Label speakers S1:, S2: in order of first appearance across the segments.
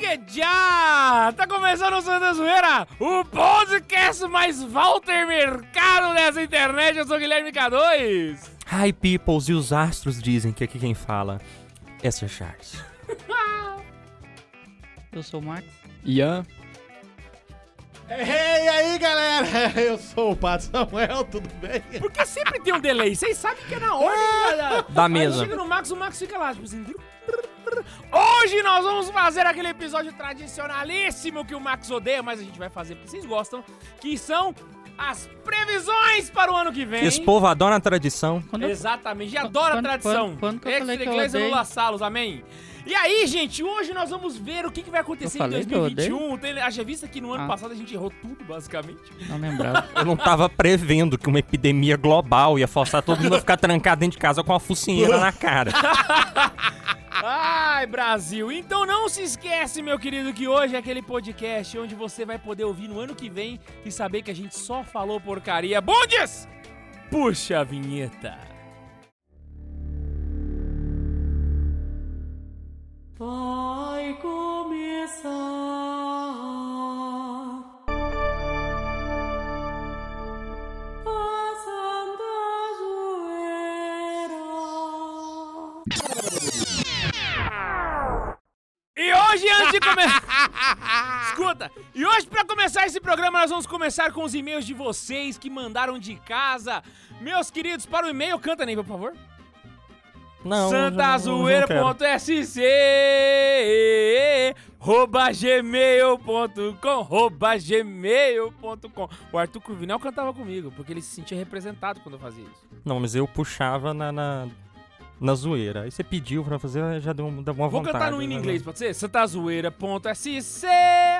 S1: Miguel! Tá começando o Santa Zoeira, o podcast mais Walter Mercado dessa internet. Eu sou o Guilherme K2.
S2: Hi, peoples, e os astros dizem que aqui quem fala é Sir Charles.
S3: Eu sou o Max.
S4: Ian.
S5: Ei, aí galera, eu sou o Pato Samuel, tudo bem?
S1: Porque sempre tem um delay, vocês sabem que é na ordem da,
S2: Ah, Da
S1: Aí
S2: mesa.
S1: Chega no Max, o Max fica lá, tipo assim. brum, brum, brum. Hoje nós vamos fazer aquele episódio tradicionalíssimo que o Max odeia, mas a gente vai fazer porque vocês gostam, que são as previsões para o ano que vem.
S2: Esse povo adora a tradição.
S3: Quando eu-
S1: Exatamente, e
S3: Quando-
S1: adora a
S3: quando-
S1: tradição.
S3: quando- quando que eu
S1: Extra
S3: falei que eu
S1: Iglesia
S3: odeio?
S1: Lula Salos, amém? E aí, gente, hoje nós vamos ver o que, que vai acontecer
S3: Eu
S1: em
S3: falei que eu
S1: 2021. Tem, a revista que no ano
S3: Ah.
S1: passado a gente errou tudo, basicamente.
S3: Não lembrava.
S2: Eu não tava prevendo que uma epidemia global ia forçar todo mundo a ficar trancado dentro de casa com uma focinheira na cara.
S1: Ai, Brasil! Então não se esquece, meu querido, que hoje é aquele podcast onde você vai poder ouvir no ano que vem e saber que a gente só falou porcaria. Bundes! Puxa a vinheta!
S6: Vai começar a Santa Zoeira.
S1: E hoje, antes de começar. Escuta! E hoje, pra começar esse programa, nós vamos começar com os e-mails de vocês que mandaram de casa. Meus queridos, para o e-mail, canta, Ney, por favor.
S2: Não.
S1: santazoeira.sc arroba gmail.com arroba gmail.com O Arthur Cruvinel cantava comigo, porque ele se sentia representado quando eu fazia isso.
S2: Não, mas eu puxava na, na, na zoeira. Aí você pediu pra fazer, já deu uma, deu uma
S1: Vou
S2: vontade.
S1: cantar no hino em
S2: né?
S1: inglês, pode ser? santazoeira.sc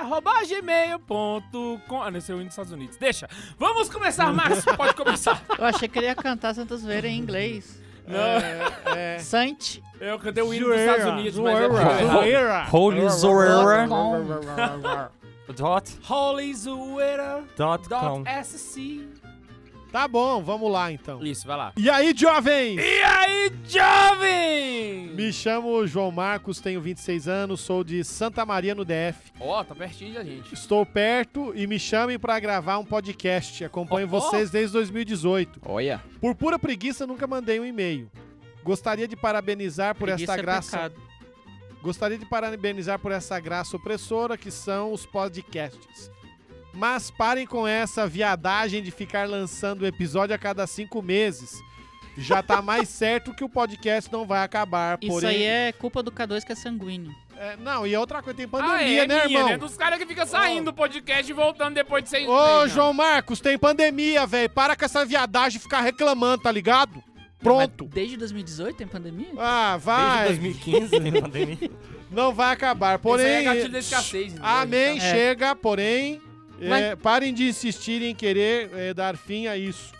S1: arroba gmail.com Ah, não, esse é o hino dos Estados Unidos. Deixa. Vamos começar, Marcos. Pode começar.
S3: Eu achei que ele ia cantar Santa Zoeira em inglês.
S5: Não. É, é.
S3: Sante.
S1: Eu cantei o hino dos Estados Unidos, mas é porque eu errei.
S5: Zoeira.
S2: Holy Zoeira. Dot,
S1: holyzoeira.sc
S2: dot com.
S5: Tá bom, vamos lá então.
S1: Isso, vai lá.
S5: E aí, jovens?
S1: E aí, jovem?
S5: Me chamo João Marcos, tenho 26 anos, sou de Santa Maria no DF.
S1: Ó, tá pertinho da gente.
S5: Estou perto e me chamem pra gravar um podcast. Acompanho
S1: Ó, ó.
S5: vocês desde 2018.
S4: Olha.
S5: Por pura preguiça, nunca mandei um e-mail. Gostaria de parabenizar por
S3: Preguiça
S5: esta
S3: é
S5: graça.
S3: pecado.
S5: Gostaria de parabenizar por essa graça opressora que são os podcasts. Mas parem com essa viadagem de ficar lançando episódio a cada cinco meses. Já tá mais certo que o podcast não vai acabar.
S3: Isso
S5: porém...
S3: aí é culpa do K2 que é sanguíneo.
S5: É, Não, e outra coisa, tem
S1: ah,
S5: pandemia,
S1: é,
S5: né,
S1: minha,
S5: irmão?
S1: né? Dos caras que ficam saindo do podcast e voltando depois de seis
S5: Ô,
S1: meses, né?
S5: João Marcos, tem pandemia, velho. Para com essa viadagem de ficar reclamando, tá ligado? Pronto.
S3: Mas desde 2018 tem pandemia?
S5: Ah,
S2: Desde
S5: vai.
S2: 2015, né, pandemia.
S5: Não vai acabar.
S1: Esse aí é
S5: Porém.
S1: gatilho da escassez, entendeu?
S5: Amém,
S3: É.
S5: chega, porém, é,
S3: Mas-
S5: parem de insistir em querer é, dar fim a isso.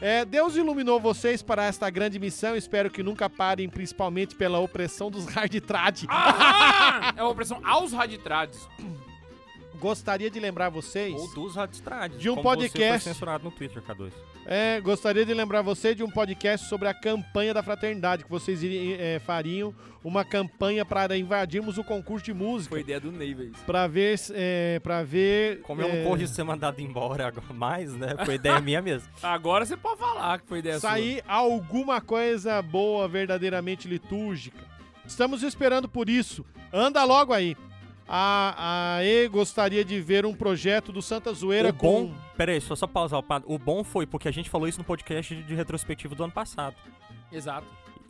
S5: É, Deus iluminou vocês para esta grande missão. Espero que nunca parem, principalmente pela opressão dos hard trad.
S1: Aham! Ah, é uma opressão aos raditrados.
S5: Gostaria de lembrar vocês.
S2: Ou dos radistrades.
S5: De um
S2: como você foi
S5: podcast.
S2: censurado no Twitter, K2.
S5: É, gostaria de lembrar você de um podcast sobre a campanha da fraternidade, que vocês iri- é, fariam uma campanha para invadirmos o concurso de música.
S1: Foi ideia do Ney, velho.
S5: Para ver. se- É, para ver.
S2: Como um eu
S5: é,
S2: não corro de ser mandado embora agora mais, né? Foi ideia minha mesmo.
S1: Agora você pode falar que foi ideia sua.
S5: sair alguma coisa boa, verdadeiramente litúrgica. Estamos esperando por isso. Anda logo aí. A, a E gostaria de ver um projeto do Santa Zoeira
S2: o bom,
S5: com.
S2: peraí, deixa eu só pausar o padre. O bom foi porque a gente falou isso no podcast de, de retrospectivo do ano passado.
S1: Exato.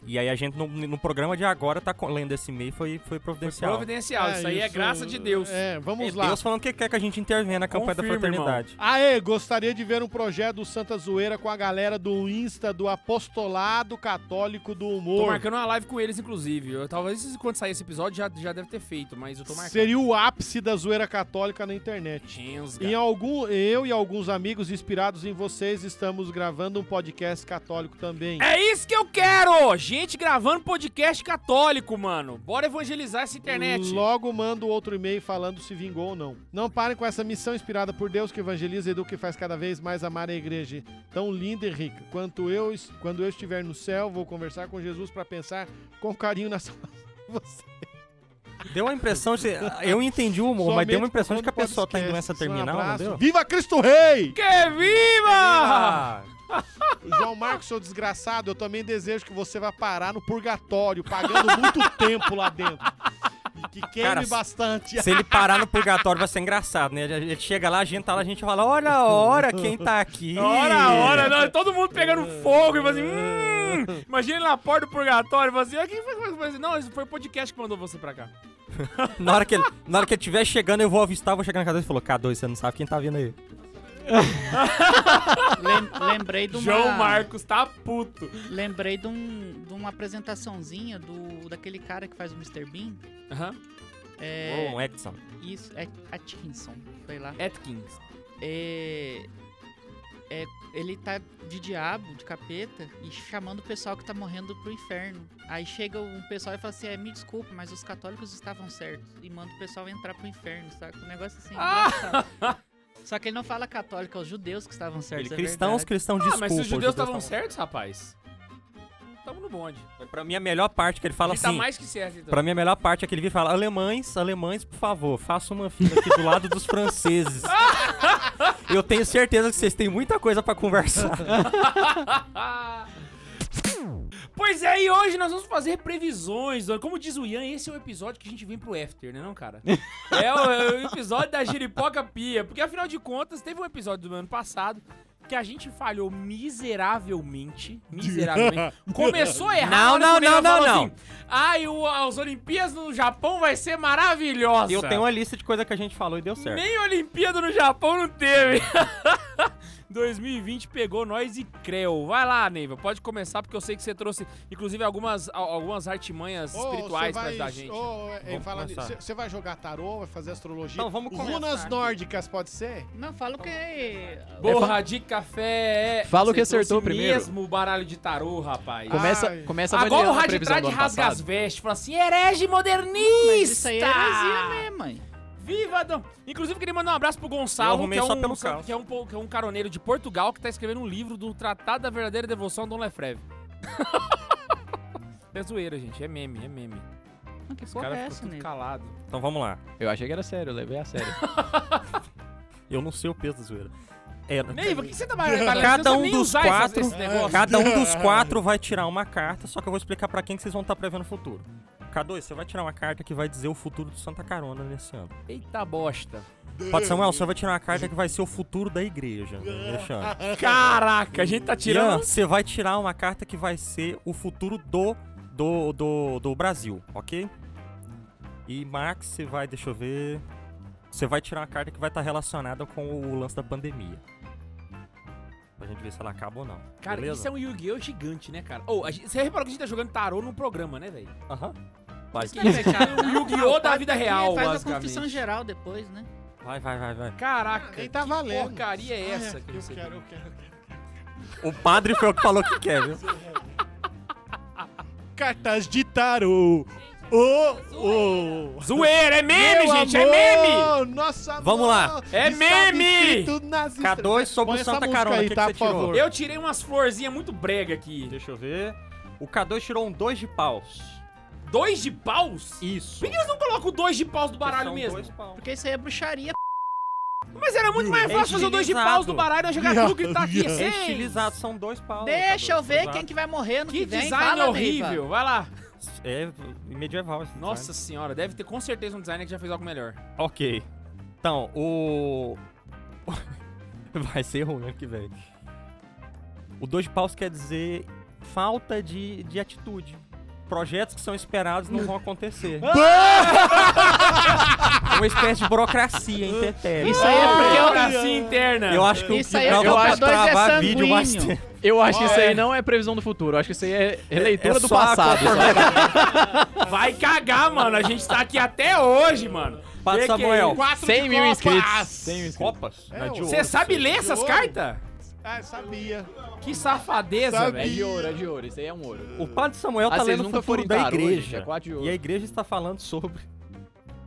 S2: E aí a gente, no, no programa de agora, tá co- lendo esse e-mail, foi, foi providencial.
S1: Providencial. isso aí é graça de Deus.
S5: É, vamos
S2: É
S5: lá.
S2: Deus falando que quer que a gente intervenha na campanha
S1: Confirma,
S2: da fraternidade.
S5: A E gostaria de ver um projeto do Santa Zoeira com a galera do Insta do Apostolado Católico do
S1: Tô
S5: Humor.
S1: marcando uma live com eles, inclusive. Eu, talvez quando sair esse episódio já, já deve ter feito, mas eu tô marcando.
S5: Seria o ápice da zoeira católica na internet.
S1: Rensga.
S5: Em algum, eu e alguns amigos inspirados em vocês estamos gravando um podcast católico também.
S1: É isso que eu quero! Gente gravando podcast católico, mano. Bora evangelizar essa internet.
S5: Logo mando outro e-mail falando se vingou ou não. Não parem com essa missão inspirada por Deus que evangeliza e educa e faz cada vez mais amar a igreja tão linda e rica. Quanto eu, es- quando eu estiver no céu, vou conversar com Jesus para pensar com carinho na salvação de você.
S2: Deu a impressão de. Eu entendi o humor, mas deu uma impressão de que a pessoa tá em doença terminal, não
S5: entendeu?
S2: deu?
S5: Um Viva Cristo Rei!
S1: Que viva!
S2: Ah!
S5: João Marcos, seu desgraçado, eu também desejo que você vá parar no purgatório, pagando muito tempo lá dentro. E que queime
S2: Cara,
S5: bastante.
S2: Se ele parar no purgatório vai ser engraçado, né? Ele chega lá, a gente tá lá, a gente fala, olha a hora, quem tá aqui.
S1: Ora, ora, não, todo mundo pegando fogo e falando assim, hum, imagina ele na porta do purgatório, e fala assim, ah, quem foi que fez isso? Não, esse foi o podcast que mandou você pra cá.
S2: Na hora que ele, na hora que ele tiver chegando, eu vou avistar, vou chegar na casa dele e falou, K2, você não sabe quem tá vindo aí.
S3: Lem- lembrei de uma...
S1: João Marcos tá puto.
S3: Lembrei de, um, de uma apresentaçãozinha do, daquele cara que faz o Mr. Bean.
S1: Aham.
S3: É,
S2: Ô, Edson.
S3: Isso, é Atkinson, sei lá.
S1: Atkins.
S3: É, é, ele tá de diabo, de capeta, e chamando o pessoal que tá morrendo pro inferno. Aí chega um pessoal e fala assim, é, me desculpa, mas os católicos estavam certos. E manda o pessoal entrar pro inferno, sabe? Um negócio assim. engraçado. Só que ele não fala católico, é os judeus que estavam certos,
S2: Ele,
S3: é
S2: cristãos,
S3: verdade.
S2: cristãos,
S1: Ah,
S2: desculpa.
S1: mas se os judeus estavam
S2: certos.
S1: certos, rapaz, tamo no bonde.
S2: Pra mim, a melhor parte que ele fala
S1: Ele tá
S2: assim...
S1: mais que certo, então.
S2: Pra mim, a melhor parte é que ele vira e fala: alemães, alemães, por favor, faça uma fila aqui do lado dos franceses. Eu tenho certeza que vocês têm muita coisa pra
S1: Tá
S2: conversar.
S1: Pois é, e hoje nós vamos fazer previsões. Como diz o Ian, esse é o episódio que a gente vem pro after, né não, cara? é, o, é o episódio da giripoca pia. Porque afinal de contas, teve um episódio do ano passado que a gente falhou miseravelmente. Miseravelmente. Começou errado.
S2: Não,
S1: olha
S2: não,
S1: como ele
S2: não,
S1: falou
S2: não,
S1: assim, Ai, o, as Olimpíadas no Japão vai ser maravilhosa.
S2: Eu tenho uma lista de coisa que a gente falou e deu
S5: É.
S2: certo.
S1: Nem Olimpíada no Japão não teve. 2020 pegou nós e creu. Vai lá, Neiva, pode começar, porque eu sei que você trouxe, inclusive, algumas, al- algumas artimanhas
S5: Ô,
S1: espirituais
S5: você
S1: pra
S5: vai-
S1: ajudar a gente.
S5: ô, é,
S2: Vamos
S5: fala nisso.
S2: começar.
S5: Você- Você vai jogar tarô, vai fazer astrologia?
S1: Então,
S2: Não, vamos começar
S5: Runas
S3: aqui.
S5: nórdicas, pode ser?
S3: Não, fala o que...
S1: Borra de café é.
S4: Fala o que
S1: Você
S4: acertou
S1: trouxe
S4: primeiro.
S1: mesmo o baralho de tarô, rapaz.
S5: Ah,
S4: Começa,
S5: Ai.
S4: começa
S1: Agora o
S4: avaliando a
S1: Rádio
S4: previsão
S1: Trad
S4: do ano
S1: rasga as
S4: passado.
S1: vestes, fala assim: herege modernista!
S3: Mas isso aí é heresia mesmo, mãe.
S1: Viva, Dom! Inclusive, queria mandar um abraço pro
S2: Eu
S1: Gonçalo, que
S2: arrumei
S1: é,
S2: só
S1: um,
S2: pelo caos.
S1: que, é um, po- que é um caroneiro de Portugal que tá escrevendo um livro do Tratado da Verdadeira Devoção a Dom Lefreve. é zoeira, gente. É meme, é meme.
S3: Não, que
S1: Os
S3: porra é
S1: caras
S3: essa,
S1: ficam tudo
S3: nego?
S1: calados.
S2: Então vamos lá.
S4: Eu achei que era sério, eu levei a sério.
S2: Eu não sei o peso da zoeira. É,
S1: Neiva, o que que você tá baralhando? Você
S2: cada
S1: sabe
S2: um
S1: nem
S2: dos
S1: usar essas-
S2: quatro.
S1: esse negócio.
S2: Cada um dos quatro vai tirar uma carta, só que eu vou explicar pra quem que vocês vão estar prevendo o futuro. K2, você vai tirar uma carta que vai dizer o futuro do Santa Carona nesse ano.
S1: Eita bosta.
S2: Pode Samuel, você vai tirar uma carta que vai ser o futuro da igreja nesse ano.
S5: Ah,
S1: Caraca, a gente tá
S2: Ian,
S1: tirando.
S2: você vai tirar uma carta que vai ser o futuro do do, do, do Brasil, ok? E Max, você vai, deixa eu ver. Você vai tirar uma carta que vai estar relacionada com o lance da pandemia. Pra gente ver se ela acaba ou não.
S1: Cara,
S2: beleza?
S1: isso é um Yu-Gi-Oh! gigante, né, cara? Ô, a gente- você reparou que a gente tá jogando tarô num programa, né, velho?
S5: um
S2: Aham. Vai,
S3: Isso não é pecado,
S1: O
S3: não.
S1: Yu-Gi-Oh! da vida real,
S3: Faz a confissão
S1: basicamente.
S3: geral depois, né?
S2: vai, vai, vai, vai.
S1: Caraca,
S5: Nem tá
S1: que
S5: valendo. Ah,
S1: porcaria é essa que
S5: eu
S1: você
S5: quero, eu quero.
S2: O padre foi o que falou que quer, viu?
S5: Cartas de tarô. Ô, ô.
S1: Zoeira, é meme,
S5: Meu
S1: gente,
S5: amor,
S1: é meme!
S5: Nosso amor,
S2: Vamos lá.
S1: É
S5: estava
S1: meme.
S5: escrito nas estrelas.
S2: K2 sobre
S5: Põe
S2: o
S5: essa
S2: Santa
S5: música
S2: Carona.
S5: aí,
S2: o que,
S5: tá,
S2: que você
S5: por
S2: tirou?
S5: favor.
S1: Eu tirei umas florzinhas muito brega aqui.
S2: Deixa eu ver. O K2 tirou um 2 de paus.
S1: Dois de paus?
S2: Isso.
S1: Por que eles não colocam o dois de paus do baralho
S2: São
S1: mesmo?
S2: dois paus.
S3: Porque isso aí é bruxaria,
S1: Mas era muito mais
S2: É
S1: fácil fazer o dois de paus do
S2: estilizado.
S1: baralho e jogar
S5: Yeah,
S1: truco e tá aqui.
S5: yeah.
S2: É
S1: seis.
S2: estilizado, são dois paus.
S3: Deixa eu
S2: K2,
S3: ver
S2: exato.
S3: quem que vai morrer no que,
S1: Que
S3: vem.
S1: design
S3: Fala,
S1: horrível,
S3: Neiva.
S1: vai lá.
S2: É medieval assim, esse
S1: Nossa senhora, deve ter com certeza um designer que já fez algo melhor.
S2: design. Ok. Então, o. Vai ser ruim ano que vem. O dois de paus quer dizer falta de, de atitude. Projetos que são esperados não vão acontecer. É Uma espécie de burocracia em Teté.
S3: Ah! Isso aí é porque eu-
S1: Burocracia interna.
S2: Eu acho que
S3: Isso
S2: o
S3: aí
S2: que
S3: é
S2: dá pra
S4: porque o K2
S3: é
S2: travar vídeo mais
S3: sanguíneo.
S2: tempo.
S4: Eu acho que isso
S1: é.
S4: aí não é previsão do futuro, eu acho que isso aí é releitura
S2: É
S4: do
S2: só a
S4: passado. sabe?
S1: Vai cagar, mano. A gente tá aqui até hoje, mano.
S2: Padre
S1: Que que é
S2: Samuel. um
S1: isso?
S4: 100 mil
S5: copas.
S4: inscritos. 100 mil inscritos.
S2: Copas?
S5: É,
S2: de
S5: o-
S2: ouro.
S1: Você sabe ler essas
S5: ouro.
S1: cartas?
S5: Ah, sabia.
S1: Que safadeza,
S5: Sabia.
S4: É de
S1: velho.
S4: ouro, é de ouro, isso aí é um ouro.
S2: O padre Samuel tá
S4: Ah, vocês
S2: lendo o
S4: nunca
S2: futuro
S4: foram em
S2: da
S4: tarô,
S2: igreja.
S4: gente, é quatro de ouro.
S2: e a igreja está falando sobre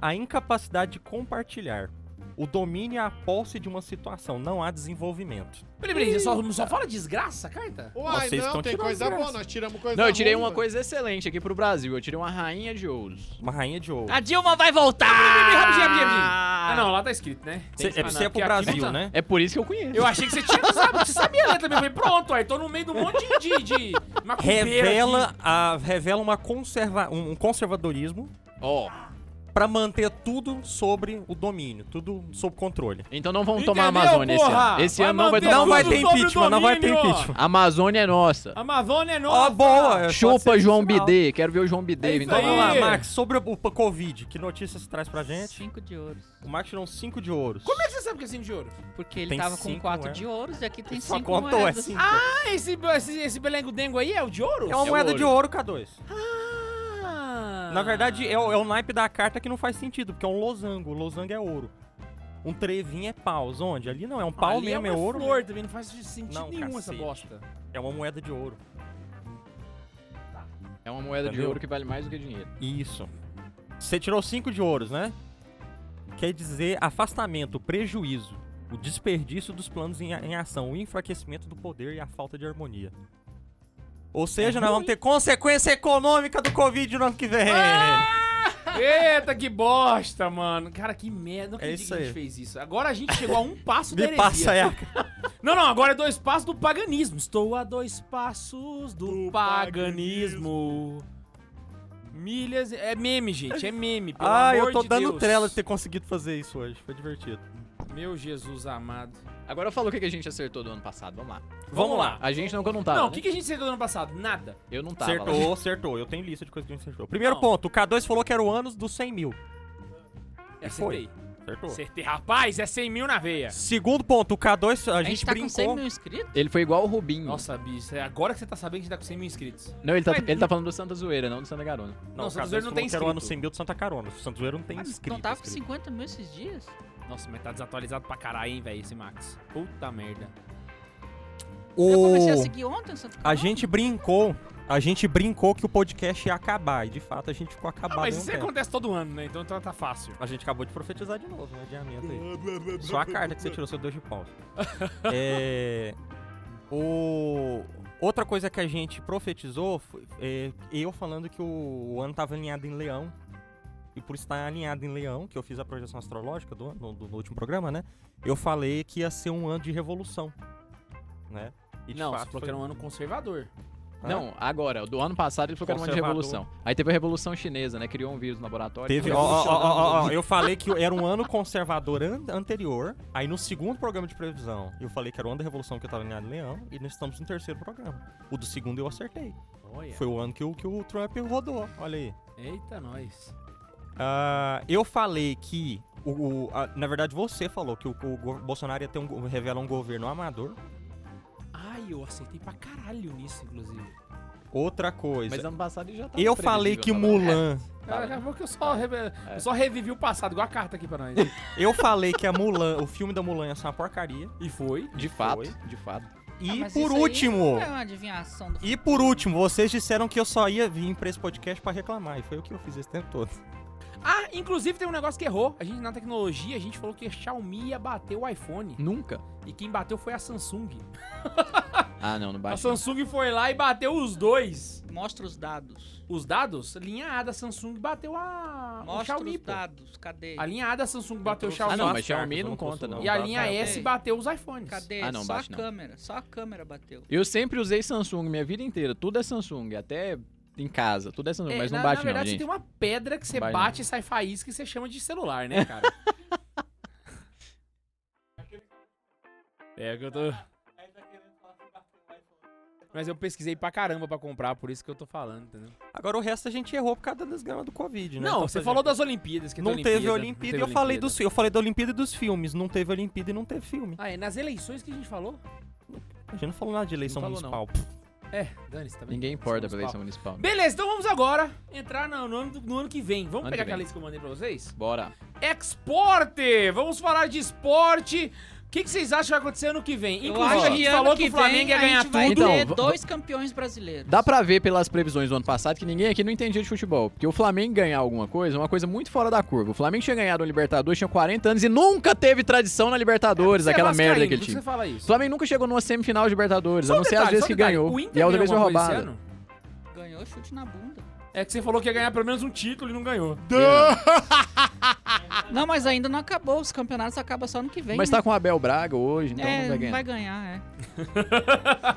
S2: a incapacidade de compartilhar. o domínio é a posse de uma situação, não há desenvolvimento.
S1: Peraí, peraí, só, só fala desgraça, a carta?
S5: Uai,
S2: Vocês
S5: não,
S2: tão
S5: tem
S2: tirando
S5: coisa
S2: graça.
S5: boa, nós tiramos coisa
S4: Não, eu tirei
S5: ruim,
S4: uma
S5: ué.
S4: coisa excelente aqui pro Brasil. Eu tirei uma rainha de ouros.
S2: Uma rainha de ouro.
S1: Ah,
S3: A Dilma vai voltar!
S1: Rapidinho, rapidinho, rapidinho. Ah, não, lá tá escrito, né?
S2: Cê-
S1: Tem que
S2: é pra
S1: falar,
S2: você é pro
S1: porque aqui não
S2: Brasil,
S1: tá.
S2: né?
S4: É por isso que eu conheço.
S1: Eu achei que você tinha sabe, você sabia a letra também. Eu falei, pronto, aí tô no meio de um monte de. de, de macumbeira
S2: Revela, a, revela uma conserva, um, um conservadorismo
S4: Ó,
S2: pra manter tudo sobre o domínio, tudo sob controle.
S4: então não vamos
S1: Entendeu,
S4: tomar a Amazônia esse
S1: porra?
S4: ano. Esse
S1: Vai
S4: ano não vai
S1: manter
S4: tomar
S2: Não vai
S1: tudo
S2: ter
S1: sobre o
S2: impeachment, não vai ter
S1: domínio, ó.
S2: impeachment.
S4: A Amazônia é nossa.
S1: Amazônia é nossa.
S2: Ó, boa! assim, pode
S4: Chupa
S2: ser
S4: João
S2: sinal.
S4: Bidê. Quero ver o João
S1: É
S4: Bidê. então
S1: isso
S4: vindo
S1: aí.
S2: Vamos
S4: falar.
S2: lá, Max, sobre o, o Covid, que notícia você traz pra gente?
S3: Cinco de ouros.
S2: O Max tirou 5 de ouros.
S1: Como é que você sabe que é assim de ouro?
S3: Porque ele
S2: Tem
S3: tava com
S2: cinco
S3: quatro
S2: moedas.
S3: de ouros e aqui tem
S2: Só
S3: cinco
S2: contou, é
S3: moedas.
S2: cinco.
S1: Ah, esse, esse, esse belengo-dengo aí é o de ouro?
S2: É uma
S4: É
S2: moeda
S4: ouro.
S2: de ouro, K2.
S1: Ah.
S2: Na verdade, é, o- é o naipe da carta que não faz sentido, porque é um losango. O losango é ouro. Um trevinho é paus. Onde? Ali não, é um pau
S1: Ali
S2: mesmo,
S1: é,
S2: é,
S1: uma
S2: ouro.
S1: flor também, não faz sentido
S2: Não,
S1: nenhum essa
S2: cacete.
S1: bosta.
S2: É uma moeda de ouro.
S4: É uma moeda de
S2: Entendeu?
S4: ouro que vale mais do que dinheiro.
S2: Isso. Você tirou 5 de ouros, né? Quer dizer afastamento, prejuízo, o desperdício dos planos em, a- em ação, o enfraquecimento do poder e a falta de harmonia.
S1: É
S2: Ou seja, nós vamos ter consequência econômica do Covid no ano que vem.
S1: Ah, Eita, que bosta, mano. Cara, que merda. Não
S2: É
S1: acredito que
S2: isso
S1: a gente
S2: aí.
S1: fez isso. Agora a gente chegou a um passo da
S2: Me
S1: heresia.
S2: passa aí a
S1: Não, não, agora é dois passos do paganismo. Estou a dois passos do, paganismo. Milhas. É meme, gente. É meme. Pelo
S2: Ah,
S1: amor
S2: eu tô
S1: de
S2: dando
S1: Deus.
S2: trela de ter conseguido fazer isso hoje. Foi divertido.
S1: Meu Jesus amado.
S4: Agora eu falo o que que a gente acertou do ano passado. Vamos lá.
S1: Vamos lá.
S4: A gente não, que eu
S2: Tá,
S4: não tava.
S1: não, o
S4: né?
S1: que, que a gente acertou no ano passado? Nada.
S4: Eu não tava. lá.
S2: Acertou, acertou. Eu tenho lista de coisas que a gente acertou. Primeiro
S1: Não.
S2: ponto, o K2 falou que era o anos dos 100 mil.
S1: Acertei.
S2: Acertou.
S1: Acertei. Rapaz, é 100 mil na veia.
S2: Segundo ponto, o K2, a,
S3: A
S2: gente,
S3: gente tá com 100
S2: brincou.
S3: mil inscritos?
S4: Ele foi igual o Rubinho.
S1: Nossa, bicho, é agora que você tá sabendo que a gente tá com 100 mil inscritos.
S4: Não, ele tá,
S1: Mas-
S4: ele tá falando do Santa Zoeira, não do Santa Garona.
S1: Não,
S2: o
S1: Santos
S2: K2
S1: Zoeiro não
S2: falou
S1: tem
S2: que era o ano
S1: inscrito.
S2: 100 mil do Santa Carona. O Santos Zoeiro não tem
S3: Ah,
S2: inscrito.
S3: não tava com
S2: inscrito.
S3: 50 mil esses dias?
S1: Nossa, mas tá desatualizado pra caralho, hein, velho, esse Max. Puta merda.
S3: Eu comecei a
S2: O...
S3: seguir ontem, Santo
S2: A gente brincou, a gente brincou que o podcast ia acabar. E de fato a gente ficou acabado.
S1: Ah, mas
S2: há um
S1: isso
S2: tempo.
S1: acontece todo ano, né? Então tá, tá fácil.
S2: A gente acabou de profetizar de novo, um adiamento aí. Só a carta que você tirou, seu dois de paus. é, o... Outra coisa que a gente profetizou foi é, eu falando que o, o ano estava alinhado em leão. E por estar alinhado em leão, que eu fiz a projeção astrológica do, ano- do- no último programa, né? Eu falei que ia ser um ano de revolução. Né? E de
S1: não,
S2: fato
S1: você falou
S2: foi-
S1: que era um ano conservador.
S2: Hã?
S4: Não, agora, do ano passado ele falou que era um ano de
S2: É. Conservador.
S4: revolução. Aí teve a Revolução Chinesa, né? Criou um vírus no laboratório.
S2: Teve, ó, ó, ó, ó, ó, eu falei que era um ano conservador an- anterior, aí no segundo programa de previsão eu falei que era o ano da Revolução que eu tava alinhado em Leão, e nós estamos no terceiro programa. O do segundo eu acertei.
S1: Olha.
S2: Foi o ano que o, que o Trump rodou, olha aí.
S1: Eita, nós.
S2: Ah, eu falei que, o, o- a- na verdade você falou que o, o go- Bolsonaro ia ter um, go- revela um governo amador.
S1: Ai, eu acertei pra caralho nisso, inclusive.
S2: Outra coisa,
S4: Mas ano passado ele já tava
S2: eu falei que
S4: previsível,
S2: o
S4: tava-
S2: Mulan...
S1: Cara, acabou que eu só, reve- eu só revivi o passado, igual a carta aqui pra nós.
S4: É.
S2: Eu falei que a Mulan, o filme da Mulan ia ser uma porcaria.
S1: e foi.
S4: É. De fato, de fato.
S2: E
S3: Ah, mas
S2: por
S3: isso aí
S2: último...
S3: Não é uma adivinhação do
S2: E por último, vocês disseram que eu só ia vir pra esse podcast pra reclamar, e foi o que eu fiz esse tempo todo.
S1: Ah, inclusive tem um negócio que errou. A gente, na tecnologia, a gente falou que a Xiaomi ia bater o iPhone.
S4: Nunca.
S1: E quem bateu foi a Samsung.
S4: Ah, não, não
S1: A
S4: bate.
S1: Samsung foi lá e bateu os dois.
S3: Mostra os dados.
S1: Os dados? Linha A da Samsung bateu a. Ah, o
S3: Mostra
S1: Xiaomi,
S3: os
S1: pô.
S3: dados. Cadê?
S1: A linha A da Samsung bateu o
S2: trouxe
S1: Xiaomi.
S4: Ah, não,
S2: Só
S4: mas
S2: as
S4: Xiaomi
S2: cartas,
S4: não
S2: eu trouxe
S4: conta,
S2: os dados.
S4: não.
S1: E a linha
S2: Tá,
S1: S
S3: ok.
S1: bateu os iPhones.
S3: Cadê?
S4: Ah, não,
S3: só
S4: bate
S3: a
S4: não.
S3: câmera. Só a câmera bateu.
S4: Eu sempre usei Samsung minha vida inteira. Tudo é Samsung, até em casa. Tudo é Samsung,
S1: É,
S4: mas não
S1: na,
S4: bate
S1: na verdade,
S4: não,
S1: você
S4: gente.
S1: tem uma pedra que você
S4: Bate,
S1: bate e sai faísca e você chama de celular, né, cara? é que eu tô... Mas eu pesquisei pra caramba pra comprar, por isso que eu tô falando, entendeu?
S2: Agora o resto a gente errou por causa das gamas do Covid, né?
S1: Não,
S2: Então,
S1: você
S2: por
S1: falou
S2: exemplo,
S1: das Olimpíadas. Que
S2: Não
S1: tem Olimpíada,
S2: teve Olimpíada, e eu
S1: teve
S2: falei
S1: Olimpíada.
S2: dos fi- eu falei da Olimpíada e dos filmes. Não teve Olimpíada e não teve filme.
S1: Ah, é nas eleições que a gente falou?
S2: A gente não falou nada de eleição
S4: falou,
S2: municipal.
S1: É, dane-se também.
S4: Ninguém importa pra
S1: Somos
S4: eleição municipal.
S1: Beleza, então vamos agora entrar no, no ano, no ano que vem. Vamos
S4: Ano
S1: pegar
S4: que vem.
S1: aquela lista que eu mandei pra vocês?
S4: Bora.
S1: Exporte! Vamos falar de esporte que, que vocês acham que vai acontecer ano que vem?
S3: Eu
S1: Inclusive,
S3: acho
S1: a gente
S3: que ano
S1: falou que,
S3: que
S1: o Flamengo
S3: vem
S1: ia
S3: a
S1: ganhar
S3: gente vai
S1: tudo.
S4: Então,
S3: ter
S4: v-
S3: dois campeões brasileiros.
S4: Dá pra ver pelas previsões do ano passado que ninguém aqui não entendia de futebol. Porque o Flamengo ganhar alguma coisa é uma coisa muito fora da curva. O Flamengo tinha ganhado o Libertadores, tinha 40 anos e nunca teve tradição na Libertadores,
S1: Você é
S4: Então, aquela
S1: vascaíno,
S4: merda
S1: por
S4: daquele
S1: que
S4: time.
S1: Você fala
S4: O
S1: isso.
S4: Flamengo nunca chegou numa semifinal de Libertadores,
S1: Só
S4: a
S1: um
S4: não ser
S1: detalhe,
S4: às
S1: só
S4: vezes
S1: um
S4: que
S1: detalhe.
S4: ganhou.
S1: O
S4: E
S1: Inter
S4: a outra vez foi
S1: ganhou alguma coisa esse
S4: roubada.
S1: ano?
S3: Ganhou chute na bunda.
S1: É que você falou que ia ganhar pelo menos um título e não ganhou.
S3: Não, mas ainda não acabou. Os campeonatos acabam só ano que vem.
S4: Mas
S3: né?
S4: tá com o Abel Braga hoje, então
S3: é,
S4: não vai ganhar.
S3: vai ganhar,